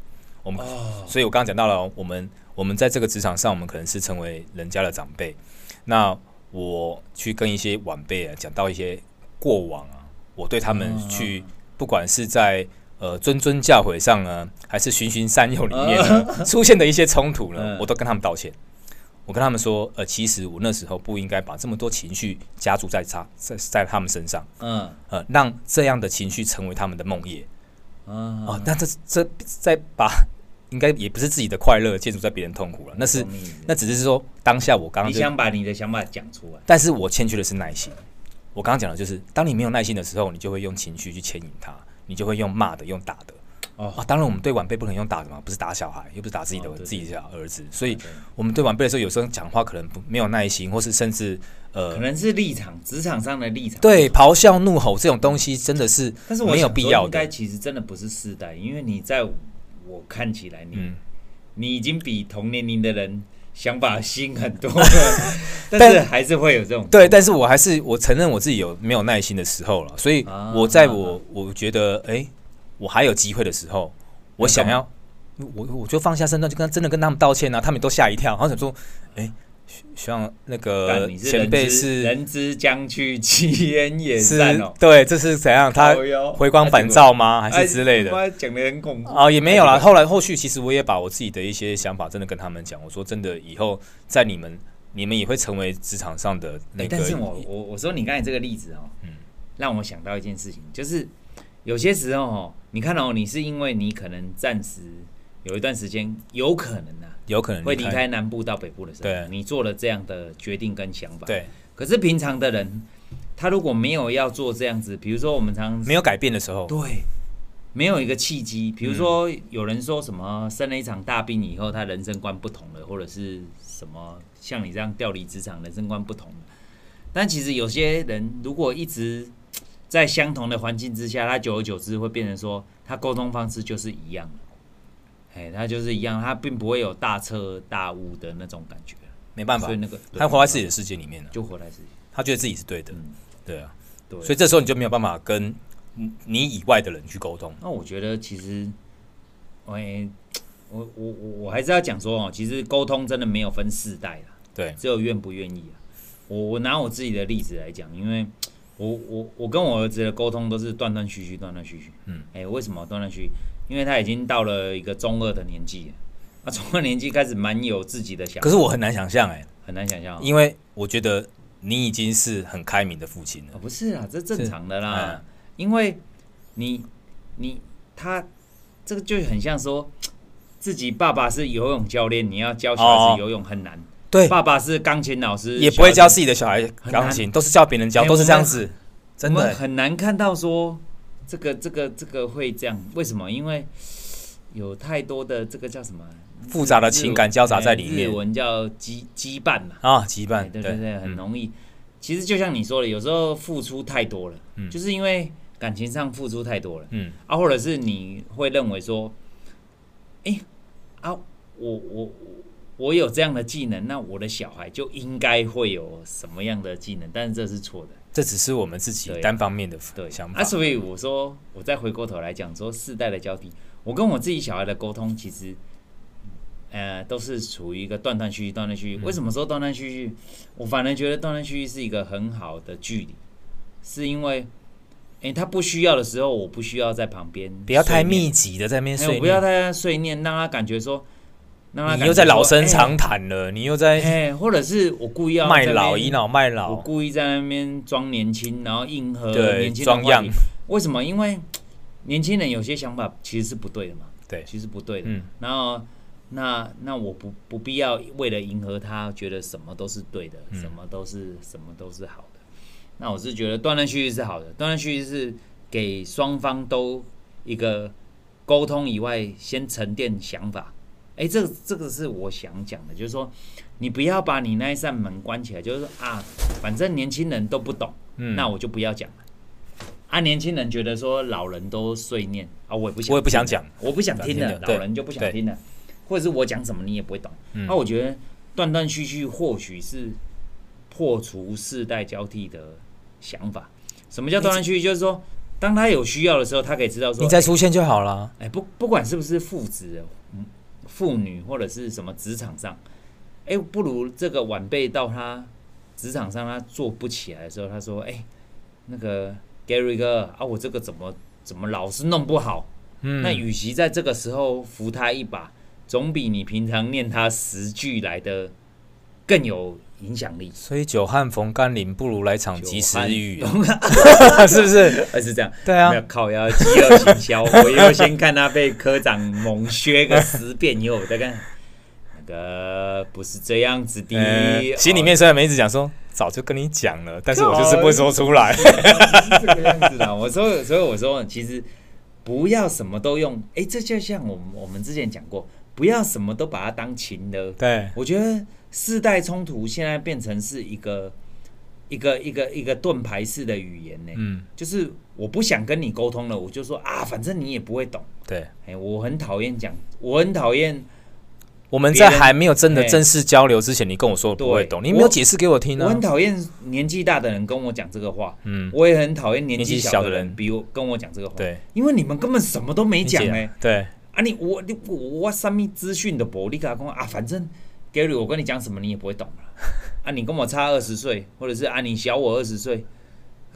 Speaker 1: 我们，
Speaker 2: 哦，
Speaker 1: 所以我刚刚讲到了，我们我们在这个职场上，我们可能是成为人家的长辈。那我去跟一些晚辈啊讲到一些过往啊，我对他们
Speaker 2: 嗯
Speaker 1: 去。不管是在呃谆谆教诲上呢，还是循循善诱里面呢， 出现的一些冲突呢
Speaker 2: 嗯，
Speaker 1: 我都跟他们道歉。我跟他们说，呃，其实我那时候不应该把这么多情绪加注在他在在他们身上，
Speaker 2: 嗯
Speaker 1: 呃，让这样的情绪成为他们的梦魇
Speaker 2: 啊
Speaker 1: 哦，那这这再把应该也不是自己的快乐建筑在别人痛苦了，那是
Speaker 2: 懂你意思
Speaker 1: 那只是说当下我刚刚
Speaker 2: 你
Speaker 1: 就
Speaker 2: 想把你的想法讲出来。
Speaker 1: 但是我欠缺的是耐心。我刚刚讲的就是，当你没有耐心的时候，你就会用情绪去牵引他，你就会用骂的、用打的。
Speaker 2: 哦
Speaker 1: 啊，当然我们对晚辈不可能用打的嘛，不是打小孩，又不是打自己的、
Speaker 2: 哦对
Speaker 1: 自己的儿子，所以
Speaker 2: 对
Speaker 1: 我们对晚辈的时候，有时候讲话可能不没有耐心，或是甚至
Speaker 2: 可
Speaker 1: 呃，
Speaker 2: 能是立场，职场上的立场。
Speaker 1: 对咆哮、怒吼这种东西，真的是
Speaker 2: 但是我
Speaker 1: 没有
Speaker 2: 想
Speaker 1: 必
Speaker 2: 说
Speaker 1: 要
Speaker 2: 应该
Speaker 1: 的。
Speaker 2: 其实真的不是世代，因为你在我看起来你，你、
Speaker 1: 嗯
Speaker 2: 已经比同年龄的人想法新很 多了，但是还是会有这种
Speaker 1: 对，但是我还是我承认我自己有没有耐心的时候了，所以
Speaker 2: 啊
Speaker 1: 我在我、我觉得哎、诶我还有机会的时候，我想要我我就放下身段，就跟真的跟他们道歉啊，他们都吓一跳，然后想说哎、希像那个
Speaker 2: 干你是
Speaker 1: 呃前
Speaker 2: 人
Speaker 1: 辈
Speaker 2: 之
Speaker 1: 是
Speaker 2: 人之将去，其 言也
Speaker 1: 是
Speaker 2: 善哦。哎
Speaker 1: 对，这是怎样？他
Speaker 2: 靠腰
Speaker 1: 回光 返照吗？还是之类的？
Speaker 2: 哎他讲的很恐怖
Speaker 1: 啊，也没有啦。
Speaker 2: 哎
Speaker 1: 后来后续，其实我也把我自己的一些想法，真的跟他们讲。我说，真的，以后在你们，你们也会成为职场上的那
Speaker 2: 哎
Speaker 1: 个。嗯
Speaker 2: 但是我我我说你刚才这个例子哦，让我想到一件事情，就是有些时候哦，你看哦，你是因为你可能暂时有一段时间有可能啊，
Speaker 1: 有可能
Speaker 2: 会离。开南部到北部的时
Speaker 1: 嗯对
Speaker 2: 候，你做了这样的决定跟想法。，
Speaker 1: 对，
Speaker 2: 可是平常的人，他如果没有要做这样子，比如说我们常
Speaker 1: 没有改变的时候，
Speaker 2: 对，没有一个契机，
Speaker 1: 嗯
Speaker 2: 比如说有人说什么生了一场大病以后，他人生观不同了，或者是什么像你这样调离职场，人生观不同了。但其实有些人如果一直在相同的环境之下，他久而久之会变成说，他沟通方式就是一样的，哎，他就是一样，他并不会有大彻大悟的那种感觉。
Speaker 1: 没办法
Speaker 2: 所以，那个
Speaker 1: 他活在自己的世界里面了，啊
Speaker 2: 就活在自己，
Speaker 1: 他觉得自己是对的，
Speaker 2: 嗯，
Speaker 1: 对啊。
Speaker 2: 对。
Speaker 1: 所以这时候你就没有办法跟你你以外的人去沟通。
Speaker 2: 那我觉得其实，我也我我我我还是要讲说哦，其实沟通真的没有分世代啦，
Speaker 1: 对，
Speaker 2: 只有愿不愿意啊。我我拿我自己的例子来讲，因为我我我跟我儿子的沟通都是断断续续，断断续续。
Speaker 1: 嗯，
Speaker 2: 哎、为什么断断续续？因为他已经到了一个中二的年纪了，那中二年纪开始蛮有自己的想法，
Speaker 1: 可是我很难想象哎、
Speaker 2: 很难想象、哦。
Speaker 1: 因为我觉得你已经是很开明的父亲了
Speaker 2: 哦，。不是啊，这正常的啦
Speaker 1: 嗯，
Speaker 2: 因为你你他这个就很像说自己爸爸是游泳教练，你要教小孩
Speaker 1: 哦
Speaker 2: 子游泳很难；
Speaker 1: 对，
Speaker 2: 爸爸是钢琴老师，
Speaker 1: 也不会
Speaker 2: 小
Speaker 1: 教
Speaker 2: 孩子
Speaker 1: 自己的小孩
Speaker 2: 很
Speaker 1: 钢
Speaker 2: 难
Speaker 1: 琴，都是教别人教，
Speaker 2: 哎
Speaker 1: 都是这样
Speaker 2: 我们
Speaker 1: 子，
Speaker 2: 我
Speaker 1: 真的
Speaker 2: 们
Speaker 1: 欸。
Speaker 2: 很难看到说这个这个这个会这样，为什么？因为有太多的这个叫什么啊
Speaker 1: 复杂的
Speaker 2: 日
Speaker 1: 情感交杂在里
Speaker 2: 哎
Speaker 1: 面
Speaker 2: 日文叫羁羁绊嘛，
Speaker 1: 啊，羁
Speaker 2: 哎
Speaker 1: 绊，
Speaker 2: 对对对，很
Speaker 1: 嗯
Speaker 2: 容易。其实就像你说的，有时候付出太多了，
Speaker 1: 嗯
Speaker 2: 就是因为感情上付出太多了
Speaker 1: 嗯，
Speaker 2: 啊，或者是你会认为说，哎、啊，我我我我有这样的技能，那我的小孩就应该会有什么样的技能，但是这是错的。
Speaker 1: 这只是我们自己
Speaker 2: 对
Speaker 1: 单方面的
Speaker 2: 对，
Speaker 1: 想
Speaker 2: 啊，
Speaker 1: 法。
Speaker 2: 所以我说，我再回过头来讲，说世代的交替，我跟我自己小孩的沟通，其实，呃，都是处于一个断断续续、断断续
Speaker 1: 嗯
Speaker 2: 续。为什么说断断续续？我反而觉得断断续续是一个很好的距离，是因为，诶，他不需要的时候，我不需要在旁边碎念，
Speaker 1: 不要太密集的在那边
Speaker 2: 哎，我
Speaker 1: 睡
Speaker 2: 不要
Speaker 1: 念，
Speaker 2: 太碎念，让他感觉说，让他
Speaker 1: 你
Speaker 2: 感
Speaker 1: 又
Speaker 2: 觉
Speaker 1: 在老
Speaker 2: 说
Speaker 1: 生
Speaker 2: 哎
Speaker 1: 常谈了，你又
Speaker 2: 哎、
Speaker 1: 在
Speaker 2: 或者是我故意要
Speaker 1: 卖
Speaker 2: 在那
Speaker 1: 老
Speaker 2: 边哎
Speaker 1: 倚老卖
Speaker 2: 我
Speaker 1: 老，
Speaker 2: 故意在那边装年轻，然后迎合
Speaker 1: 对
Speaker 2: 年轻
Speaker 1: 装
Speaker 2: 人的话题
Speaker 1: 样。
Speaker 2: 为什么？因为年轻人有些想法其实是不对的嘛，
Speaker 1: 对，
Speaker 2: 其实不对的。
Speaker 1: 嗯
Speaker 2: 然后，那那我不不必要为了迎合他，觉得什么都是对的，
Speaker 1: 嗯
Speaker 2: 什么都是什么都是好的。那我是觉得断断续续是好的，断断续续是给双方都一个沟通以外，先沉淀想法。哎，这个这个是我想讲的，就是说，你不要把你那一扇门关起来，就是说啊，反正年轻人都不懂，
Speaker 1: 嗯
Speaker 2: 那我就不要讲了。啊，年轻人觉得说老人都碎念啊，我也不想，
Speaker 1: 我也不想讲，
Speaker 2: 我不想听
Speaker 1: 不想
Speaker 2: 了
Speaker 1: 听，了对
Speaker 2: 老人就不想
Speaker 1: 对嗯
Speaker 2: 听了，或者是我讲什么你也不会懂。那、我觉得断断续续或许是破除世代交替的想法。什么叫断断续续？就是说，当他有需要的时候，他可以知道说，
Speaker 1: 你再出现就好了。
Speaker 2: 哎，不不管是不是父子、嗯妇女或者是什么职场上，哎，不如这个晚辈到他职场上他做不起来的时候，他说，哎，那个 Gary 哥啊，我这个怎么怎么老是弄不好？那
Speaker 1: 嗯，
Speaker 2: 与其在这个时候扶他一把，总比你平常念他十句来的更有影响力。
Speaker 1: 所以久旱逢甘霖，不如来场及时雨
Speaker 2: 有
Speaker 1: 啊，
Speaker 2: 汗
Speaker 1: 是不是？
Speaker 2: 还是这样？
Speaker 1: 对啊
Speaker 2: 没，有靠要饥饿行销，我又先看他被科长猛削个十遍以后，我再看那个不是这样子 的，
Speaker 1: 呃
Speaker 2: 哦
Speaker 1: 心里面虽然没一直讲说早就跟你讲了，但是我就是不会说出 来。
Speaker 2: 哦是这个样子的。我说，所以我说，其实不要什么都用，哎，这就像我们我们之前讲过，不要什么都把它当情的。
Speaker 1: 对，
Speaker 2: 我觉得世代冲突现在变成是一个一个一个一个盾牌式的语言呢、
Speaker 1: 嗯，
Speaker 2: 就是我不想跟你沟通了，我就说啊，反正你也不会懂。
Speaker 1: 对，
Speaker 2: 哎，我很讨厌讲，我很讨厌，
Speaker 1: 我们在
Speaker 2: 别人
Speaker 1: 还没有真的
Speaker 2: 哎
Speaker 1: 正式交流之前，你跟我说我不会
Speaker 2: 对
Speaker 1: 懂，你没有
Speaker 2: 我
Speaker 1: 解释给我听
Speaker 2: 我
Speaker 1: 啊
Speaker 2: 很。讨厌年纪大的人跟我讲这个话，
Speaker 1: 嗯，
Speaker 2: 我也很讨厌年
Speaker 1: 年纪
Speaker 2: 纪
Speaker 1: 小
Speaker 2: 小
Speaker 1: 的
Speaker 2: 的
Speaker 1: 人
Speaker 2: 人比我跟我讲这个话，
Speaker 1: 对，
Speaker 2: 因为你们根本什么都没讲
Speaker 1: 理解
Speaker 2: 哎、
Speaker 1: 啊对，
Speaker 2: 啊你我你我我什么资讯都不，你跟他讲啊，反正 Gary 我跟你讲什么你也不会懂 了，啊你跟我差二十岁，或者是啊你小我二十岁。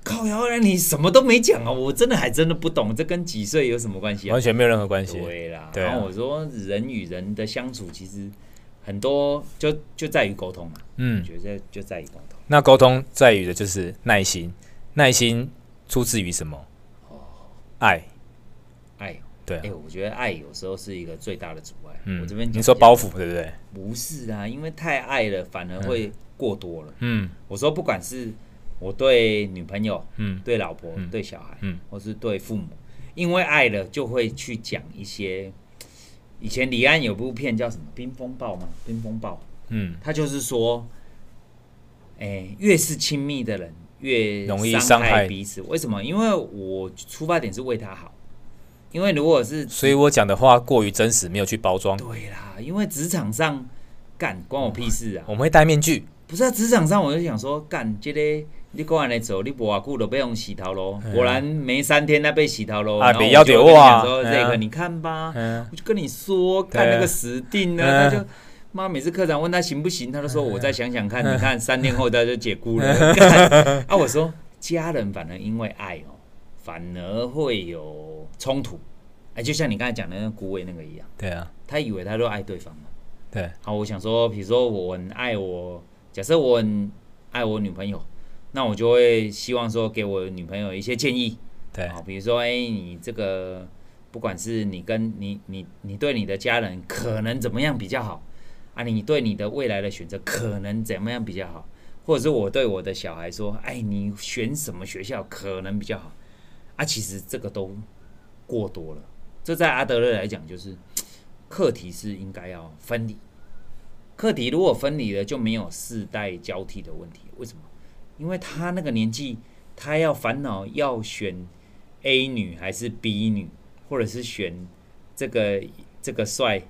Speaker 2: 靠呀！那你什么都没讲啊！我真的还真的不懂，这跟几岁有什么关系啊？
Speaker 1: 完全没有任何关系。
Speaker 2: 对啦，
Speaker 1: 对啊
Speaker 2: 然后我说人与人的相处其实很多就就在于沟通嘛，我
Speaker 1: 嗯，
Speaker 2: 觉得就在于沟通。
Speaker 1: 那沟通在于的就是耐心，耐心出自于什么？
Speaker 2: 哦
Speaker 1: 爱，
Speaker 2: 爱，
Speaker 1: 对啊
Speaker 2: 哎、，我觉得爱有时候是一个最大的阻碍。
Speaker 1: 嗯，
Speaker 2: 我这边
Speaker 1: 你说包嗯
Speaker 2: 包
Speaker 1: 袱对不对？
Speaker 2: 不是啊，因为太爱了反而会过多了。
Speaker 1: 嗯
Speaker 2: 我说不管是我对女朋友、
Speaker 1: 嗯，
Speaker 2: 对老婆、对小孩，
Speaker 1: 嗯
Speaker 2: 或是对父母，因为爱了就会去讲一些。以前李安有部片叫什么《冰风暴》吗？冰风暴。
Speaker 1: 嗯，
Speaker 2: 他就是说，哎、越是亲密的人，越
Speaker 1: 容易伤
Speaker 2: 伤
Speaker 1: 害
Speaker 2: 彼此。为什么？因为我出发点是为他好，因为如果是
Speaker 1: 所以我讲的话过于真实，没有去包装。
Speaker 2: 对啦，因为职场上干关我屁事啊！
Speaker 1: 我们会戴面具，
Speaker 2: 不是啊，职场上我就想说，干这个你过来走，你不偌久就被用洗头咯。果然没三天，他被洗头咯。
Speaker 1: 啊
Speaker 2: 然后
Speaker 1: 不
Speaker 2: 我
Speaker 1: 要
Speaker 2: 就
Speaker 1: 丢
Speaker 2: 跟
Speaker 1: 啊
Speaker 2: 你讲说
Speaker 1: 哎呀
Speaker 2: 这个你看吧，
Speaker 1: 嗯，
Speaker 2: 我就跟你说，
Speaker 1: 对啊
Speaker 2: 看那个死定呢、
Speaker 1: 嗯
Speaker 2: 他就妈每次科长问他行不行，他都说我再想想看。你看三天后他就解雇了。干 啊，我说家人反而因为爱哦，反而会有冲突。哎，就像你刚才讲的那个顾伟那个一样，
Speaker 1: 对啊，
Speaker 2: 他以为他都爱对方了。
Speaker 1: 对，
Speaker 2: 好，我想说，比如说我很爱我，假设我很爱我女朋友，那我就会希望说给我女朋友一些建议，
Speaker 1: 对
Speaker 2: 好，比如说，哎、你这个不管是你跟你你你对你的家人可能怎么样比较好啊，你对你的未来的选择可能怎么样比较好，或者是我对我的小孩说，哎，你选什么学校可能比较好啊，其实这个都过多了。这在阿德勒来讲，就是课题是应该要分离。课题如果分离了，就没有世代交替的问题。为什么？因为他那个年纪，他要烦恼要选 A 女还是 B 女，或者是选这个这个帅，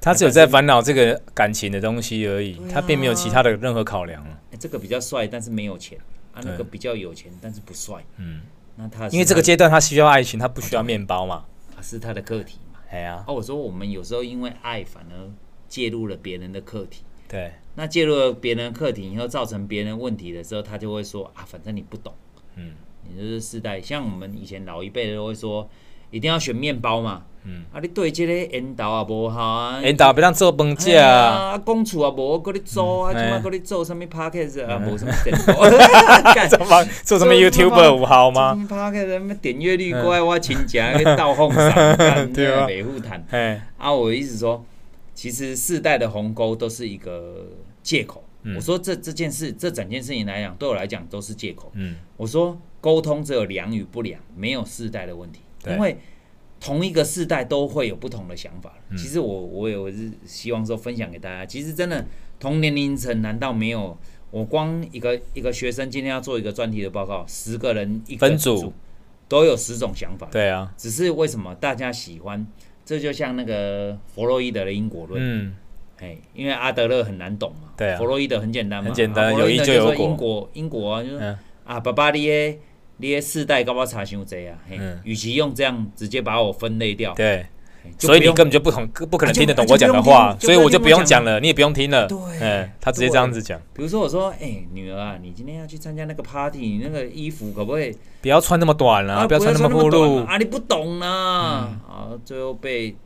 Speaker 1: 他只有在烦恼这个感情的东西而已，
Speaker 2: 对啊嗯
Speaker 1: 他并没有其他的任何考量了。
Speaker 2: 诶这个比较帅，但是没有钱啊，
Speaker 1: 对
Speaker 2: 那个比较有钱，但是不帅。
Speaker 1: 嗯，
Speaker 2: 那他是
Speaker 1: 因为这个阶段他需要爱情，他不需要面包嘛。
Speaker 2: 他是他的课题嘛。
Speaker 1: 哎呀，
Speaker 2: 哦，我说我们有时候因为爱反而介入了别人的课题，
Speaker 1: 对，
Speaker 2: 那介入了别人的课题以后，造成别人问题的时候，他就会说啊，反正你不懂。
Speaker 1: 嗯，
Speaker 2: 你就是世代，像我们以前老一辈的都会说，一定要选面包嘛，
Speaker 1: 嗯，
Speaker 2: 啊，你对这个引导啊无好啊，
Speaker 1: 哎，打不让做崩
Speaker 2: 嘿
Speaker 1: 架啊，
Speaker 2: 啊，公厝啊无，搁你做啊，
Speaker 1: 嗯
Speaker 2: 即
Speaker 1: 哎
Speaker 2: 摆搁你做什么 podcast 啊，无什么 电波，干
Speaker 1: 怎么做什么
Speaker 2: 哎做什么
Speaker 1: YouTuber 五好
Speaker 2: 做
Speaker 1: 吗？
Speaker 2: 什么 podcast 什么点阅率怪啊我亲戚去倒 哄上，干
Speaker 1: 嗯对啊
Speaker 2: 北护谈
Speaker 1: 哎，
Speaker 2: 啊，我一直说，其实世代的鸿沟都是一个借口。
Speaker 1: 嗯
Speaker 2: 我说这这件事，这整件事情来讲，对我来讲都是借口。
Speaker 1: 嗯，
Speaker 2: 我说沟通只有良与不良，没有世代的问题，
Speaker 1: 对
Speaker 2: 因为同一个世代都会有不同的想法。
Speaker 1: 嗯
Speaker 2: 其实我我也我是希望说分享给大家，其实真的同年龄层难道没有？我光一个一个学生今天要做一个专题的报告，十个人一个
Speaker 1: 分组
Speaker 2: 都有十种想法，
Speaker 1: 对啊，
Speaker 2: 只是为什么大家喜欢？这就像那个弗洛伊德的因果论，
Speaker 1: 嗯，
Speaker 2: 哎，因为阿德勒很难懂嘛，
Speaker 1: 对啊
Speaker 2: 弗洛伊德很简单嘛，
Speaker 1: 很简单
Speaker 2: 啊弗洛伊德
Speaker 1: 有因就有
Speaker 2: 说因
Speaker 1: 果
Speaker 2: 果，因果啊，就是、
Speaker 1: 嗯
Speaker 2: 啊，爸爸你的你的世代搞我差伤济啊，嘿
Speaker 1: 嗯，
Speaker 2: 与、其用这样直接把我分类掉，
Speaker 1: 对，
Speaker 2: 嘿就
Speaker 1: 所以你
Speaker 2: 不用
Speaker 1: 根本就不同，不可能
Speaker 2: 啊就
Speaker 1: 听得懂
Speaker 2: 啊就
Speaker 1: 我讲的
Speaker 2: 不用
Speaker 1: 话，
Speaker 2: 听
Speaker 1: 所以
Speaker 2: 就不
Speaker 1: 我就
Speaker 2: 用
Speaker 1: 不用
Speaker 2: 讲
Speaker 1: 讲了，你也不用听了。
Speaker 2: 对
Speaker 1: 嗯，他直接这样子讲，
Speaker 2: 比如说我说，哎、女儿啊，你今天要去参加那个 party，你那个衣服可不可以
Speaker 1: 不要穿那么短了，啊不要穿那么
Speaker 2: 啊不要
Speaker 1: 暴
Speaker 2: 穿那么
Speaker 1: 露嗯
Speaker 2: 短。啊！你不懂啦，啊，最后被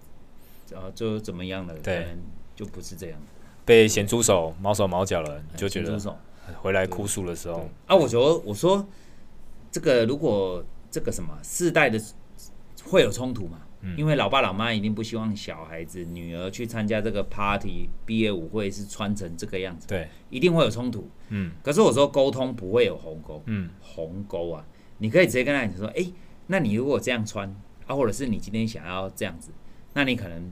Speaker 2: 啊，最后怎么样了？
Speaker 1: 对
Speaker 2: 可能就不是这样，
Speaker 1: 被咸猪手毛手毛脚了，你就觉
Speaker 2: 哎
Speaker 1: 得
Speaker 2: 请出手
Speaker 1: 回来哭诉的时候，
Speaker 2: 啊，我说我说这个如果这个什么世代的会有冲突嘛？
Speaker 1: 嗯
Speaker 2: 因为老爸老妈一定不希望小孩子女儿去参加这个 party 毕业舞会是穿成这个样子，
Speaker 1: 对，
Speaker 2: 一定会有冲突。
Speaker 1: 嗯
Speaker 2: 可是我说沟通不会有鸿沟，
Speaker 1: 嗯，
Speaker 2: 鸿沟啊，你可以直接跟他讲说，哎、那你如果这样穿啊，或者是你今天想要这样子，那你可能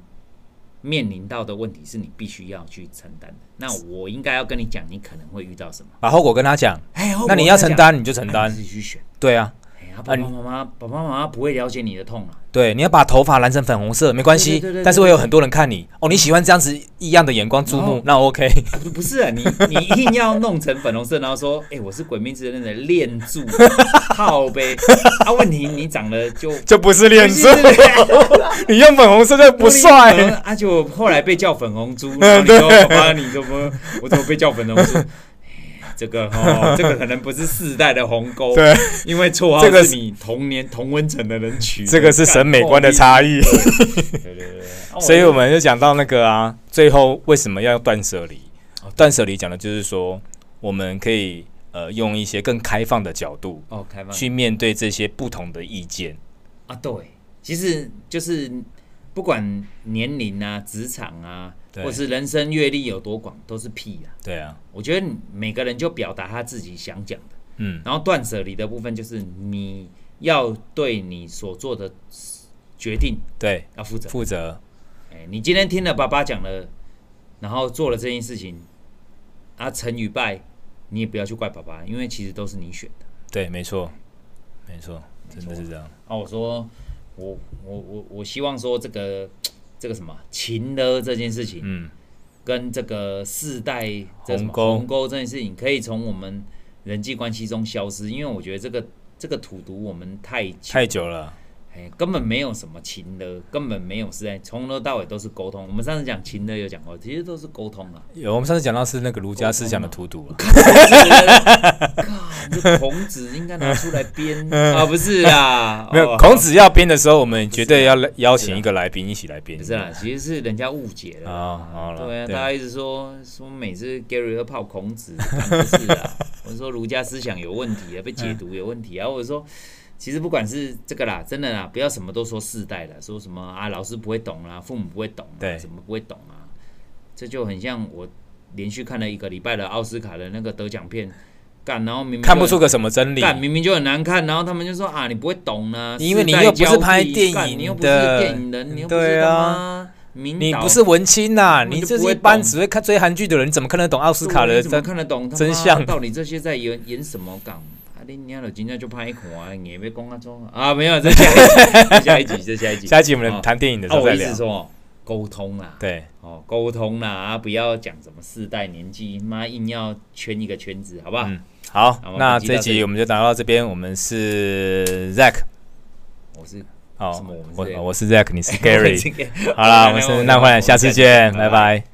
Speaker 2: 面临到的问题是你必须要去承担的。那我应该要跟你讲，你可能会遇到什么？
Speaker 1: 把后果跟他讲，
Speaker 2: 哎，
Speaker 1: 那你要承担你就承
Speaker 2: 啊
Speaker 1: 担
Speaker 2: 你自己去选。
Speaker 1: 对啊，
Speaker 2: 哎呀，爸爸妈妈，爸爸妈妈不会了解你的痛啊。
Speaker 1: 对，你要把头发染成粉红色没关系
Speaker 2: 对对对对，
Speaker 1: 但是会有很多人看你哦，你喜欢这样子异样的眼光注
Speaker 2: 然
Speaker 1: 目
Speaker 2: 后，
Speaker 1: 那 OK，
Speaker 2: 啊不不是啊，你你硬要弄成粉红色，然后说，哎、我是鬼灭之刃的恋 柱靠呗。啊，问题你长得 就
Speaker 1: 就不是脸色，
Speaker 2: 不是
Speaker 1: 你用粉红色就不
Speaker 2: 粉红
Speaker 1: 帅，
Speaker 2: 啊，就后来被叫粉红猪，然后你 说爸爸，你怎么我怎么被叫粉红猪？哎这个哦，这个可能不是世代的鸿沟，
Speaker 1: 对，
Speaker 2: 因为绰
Speaker 1: 这
Speaker 2: 号
Speaker 1: 个
Speaker 2: 是
Speaker 1: 是
Speaker 2: 你童年同温层的人取的，
Speaker 1: 这个是审美观的
Speaker 2: 干
Speaker 1: 差异。
Speaker 2: 对对对对，啊
Speaker 1: 哦所以我们就讲到那个啊，最后为什么要断舍离？断舍离讲的就是说，我们可以呃用一些更开放的角度
Speaker 2: 哦，开放
Speaker 1: 去面对这些不同的意见。
Speaker 2: 啊，对，其实就是不管年龄啊、职场啊，
Speaker 1: 对
Speaker 2: 或是人生阅历有多广，都是屁啊。
Speaker 1: 对啊，
Speaker 2: 我觉得你每个人就表达他自己想讲的，
Speaker 1: 嗯，
Speaker 2: 然后断舍离的部分就是你要对你所做的决定
Speaker 1: 对，
Speaker 2: 要负责。
Speaker 1: 负责，
Speaker 2: 哎，你今天听了爸爸讲了，然后做了这件事情，啊，成与败，你也不要去怪爸爸，因为其实都是你选的。
Speaker 1: 对，没错，没错，真的是这样。
Speaker 2: 啊，我说我我我我希望说这个这个什么情勒这件事情，
Speaker 1: 嗯，
Speaker 2: 跟这个世代这什
Speaker 1: 鸿
Speaker 2: 么
Speaker 1: 沟
Speaker 2: 鸿沟这件事情，可以从我们人际关系中消失，因为我觉得这个这个土毒我们太强
Speaker 1: 太久了，
Speaker 2: 哎，根本没有什么情勒，根本没有世代，从头到尾都是沟通。我们上次讲情勒有讲过，其实都是沟通啊。
Speaker 1: 有我们上次讲到是那个儒家思想的荼毒了，啊
Speaker 2: 看 这孔子应该拿出来编啊，不是啦，
Speaker 1: 嗯没有
Speaker 2: 哦
Speaker 1: 孔子要编的时候，我们绝对要来邀请一个来宾一起来编
Speaker 2: 不。是啦，其实是人家误解了啦。
Speaker 1: 啊，好了，
Speaker 2: 对啊，
Speaker 1: 啊对
Speaker 2: 大家一直说说每次 Gary 都泡 孔子，干不是啊。我说儒家思想有问题啊，被解读有问题啊。或者说，其实不管是这个啦，真的啦，不要什么都说世代了，说什么啊老师不会懂啦，父母不会懂啦，
Speaker 1: 对
Speaker 2: 什么不会懂啊，这就很像我连续看了一个礼拜的奥斯卡的那个得奖片，干，然后明明就
Speaker 1: 看不出个什么真理。
Speaker 2: 干明明就很难看，然后他们就说啊，你不会懂呢、啊，
Speaker 1: 因为
Speaker 2: 世
Speaker 1: 你
Speaker 2: 代
Speaker 1: 又不是
Speaker 2: 交替
Speaker 1: 拍电
Speaker 2: 干
Speaker 1: 影
Speaker 2: 你又不是
Speaker 1: 的
Speaker 2: 电影人，你又不是
Speaker 1: 对
Speaker 2: 干
Speaker 1: 啊
Speaker 2: 嘛明
Speaker 1: 你
Speaker 2: 导
Speaker 1: 不是文青呐、
Speaker 2: 根本
Speaker 1: 你
Speaker 2: 就
Speaker 1: 这
Speaker 2: 不
Speaker 1: 是
Speaker 2: 会
Speaker 1: 一般
Speaker 2: 懂
Speaker 1: 只会看追韩剧的人，怎么看得懂奥斯卡
Speaker 2: 对啊
Speaker 1: 的？
Speaker 2: 你怎么
Speaker 1: 真
Speaker 2: 看得懂他妈
Speaker 1: 真相
Speaker 2: 到底这些在演演什么港？啊，你娘的，今天就拍一款啊，也被公安中啊，没有，这下一集，这下一集，这下一集，
Speaker 1: 下一集我们
Speaker 2: 哦
Speaker 1: 谈电影的时
Speaker 2: 啊，
Speaker 1: 候
Speaker 2: 我
Speaker 1: 再
Speaker 2: 意
Speaker 1: 聊
Speaker 2: 思。说哦沟通啦，
Speaker 1: 对，
Speaker 2: 哦，沟通啦，啊，不要讲什么世代年纪，妈硬要圈一个圈子，好不好？
Speaker 1: 嗯好
Speaker 2: 好，
Speaker 1: 那
Speaker 2: 本集
Speaker 1: 这一
Speaker 2: 到这
Speaker 1: 集
Speaker 2: 里
Speaker 1: 我们就聊到这边。我们是 Zack，
Speaker 2: 我是
Speaker 1: 好
Speaker 2: 什么我们，是
Speaker 1: 我
Speaker 2: Zack
Speaker 1: 我是 Zack，你是
Speaker 2: 我
Speaker 1: Gary。
Speaker 2: 这个
Speaker 1: 好啦，
Speaker 2: 我
Speaker 1: 我
Speaker 2: 们
Speaker 1: 是那
Speaker 2: 我
Speaker 1: 欢
Speaker 2: 们
Speaker 1: 迎，下次见，拜
Speaker 2: 拜
Speaker 1: 拜。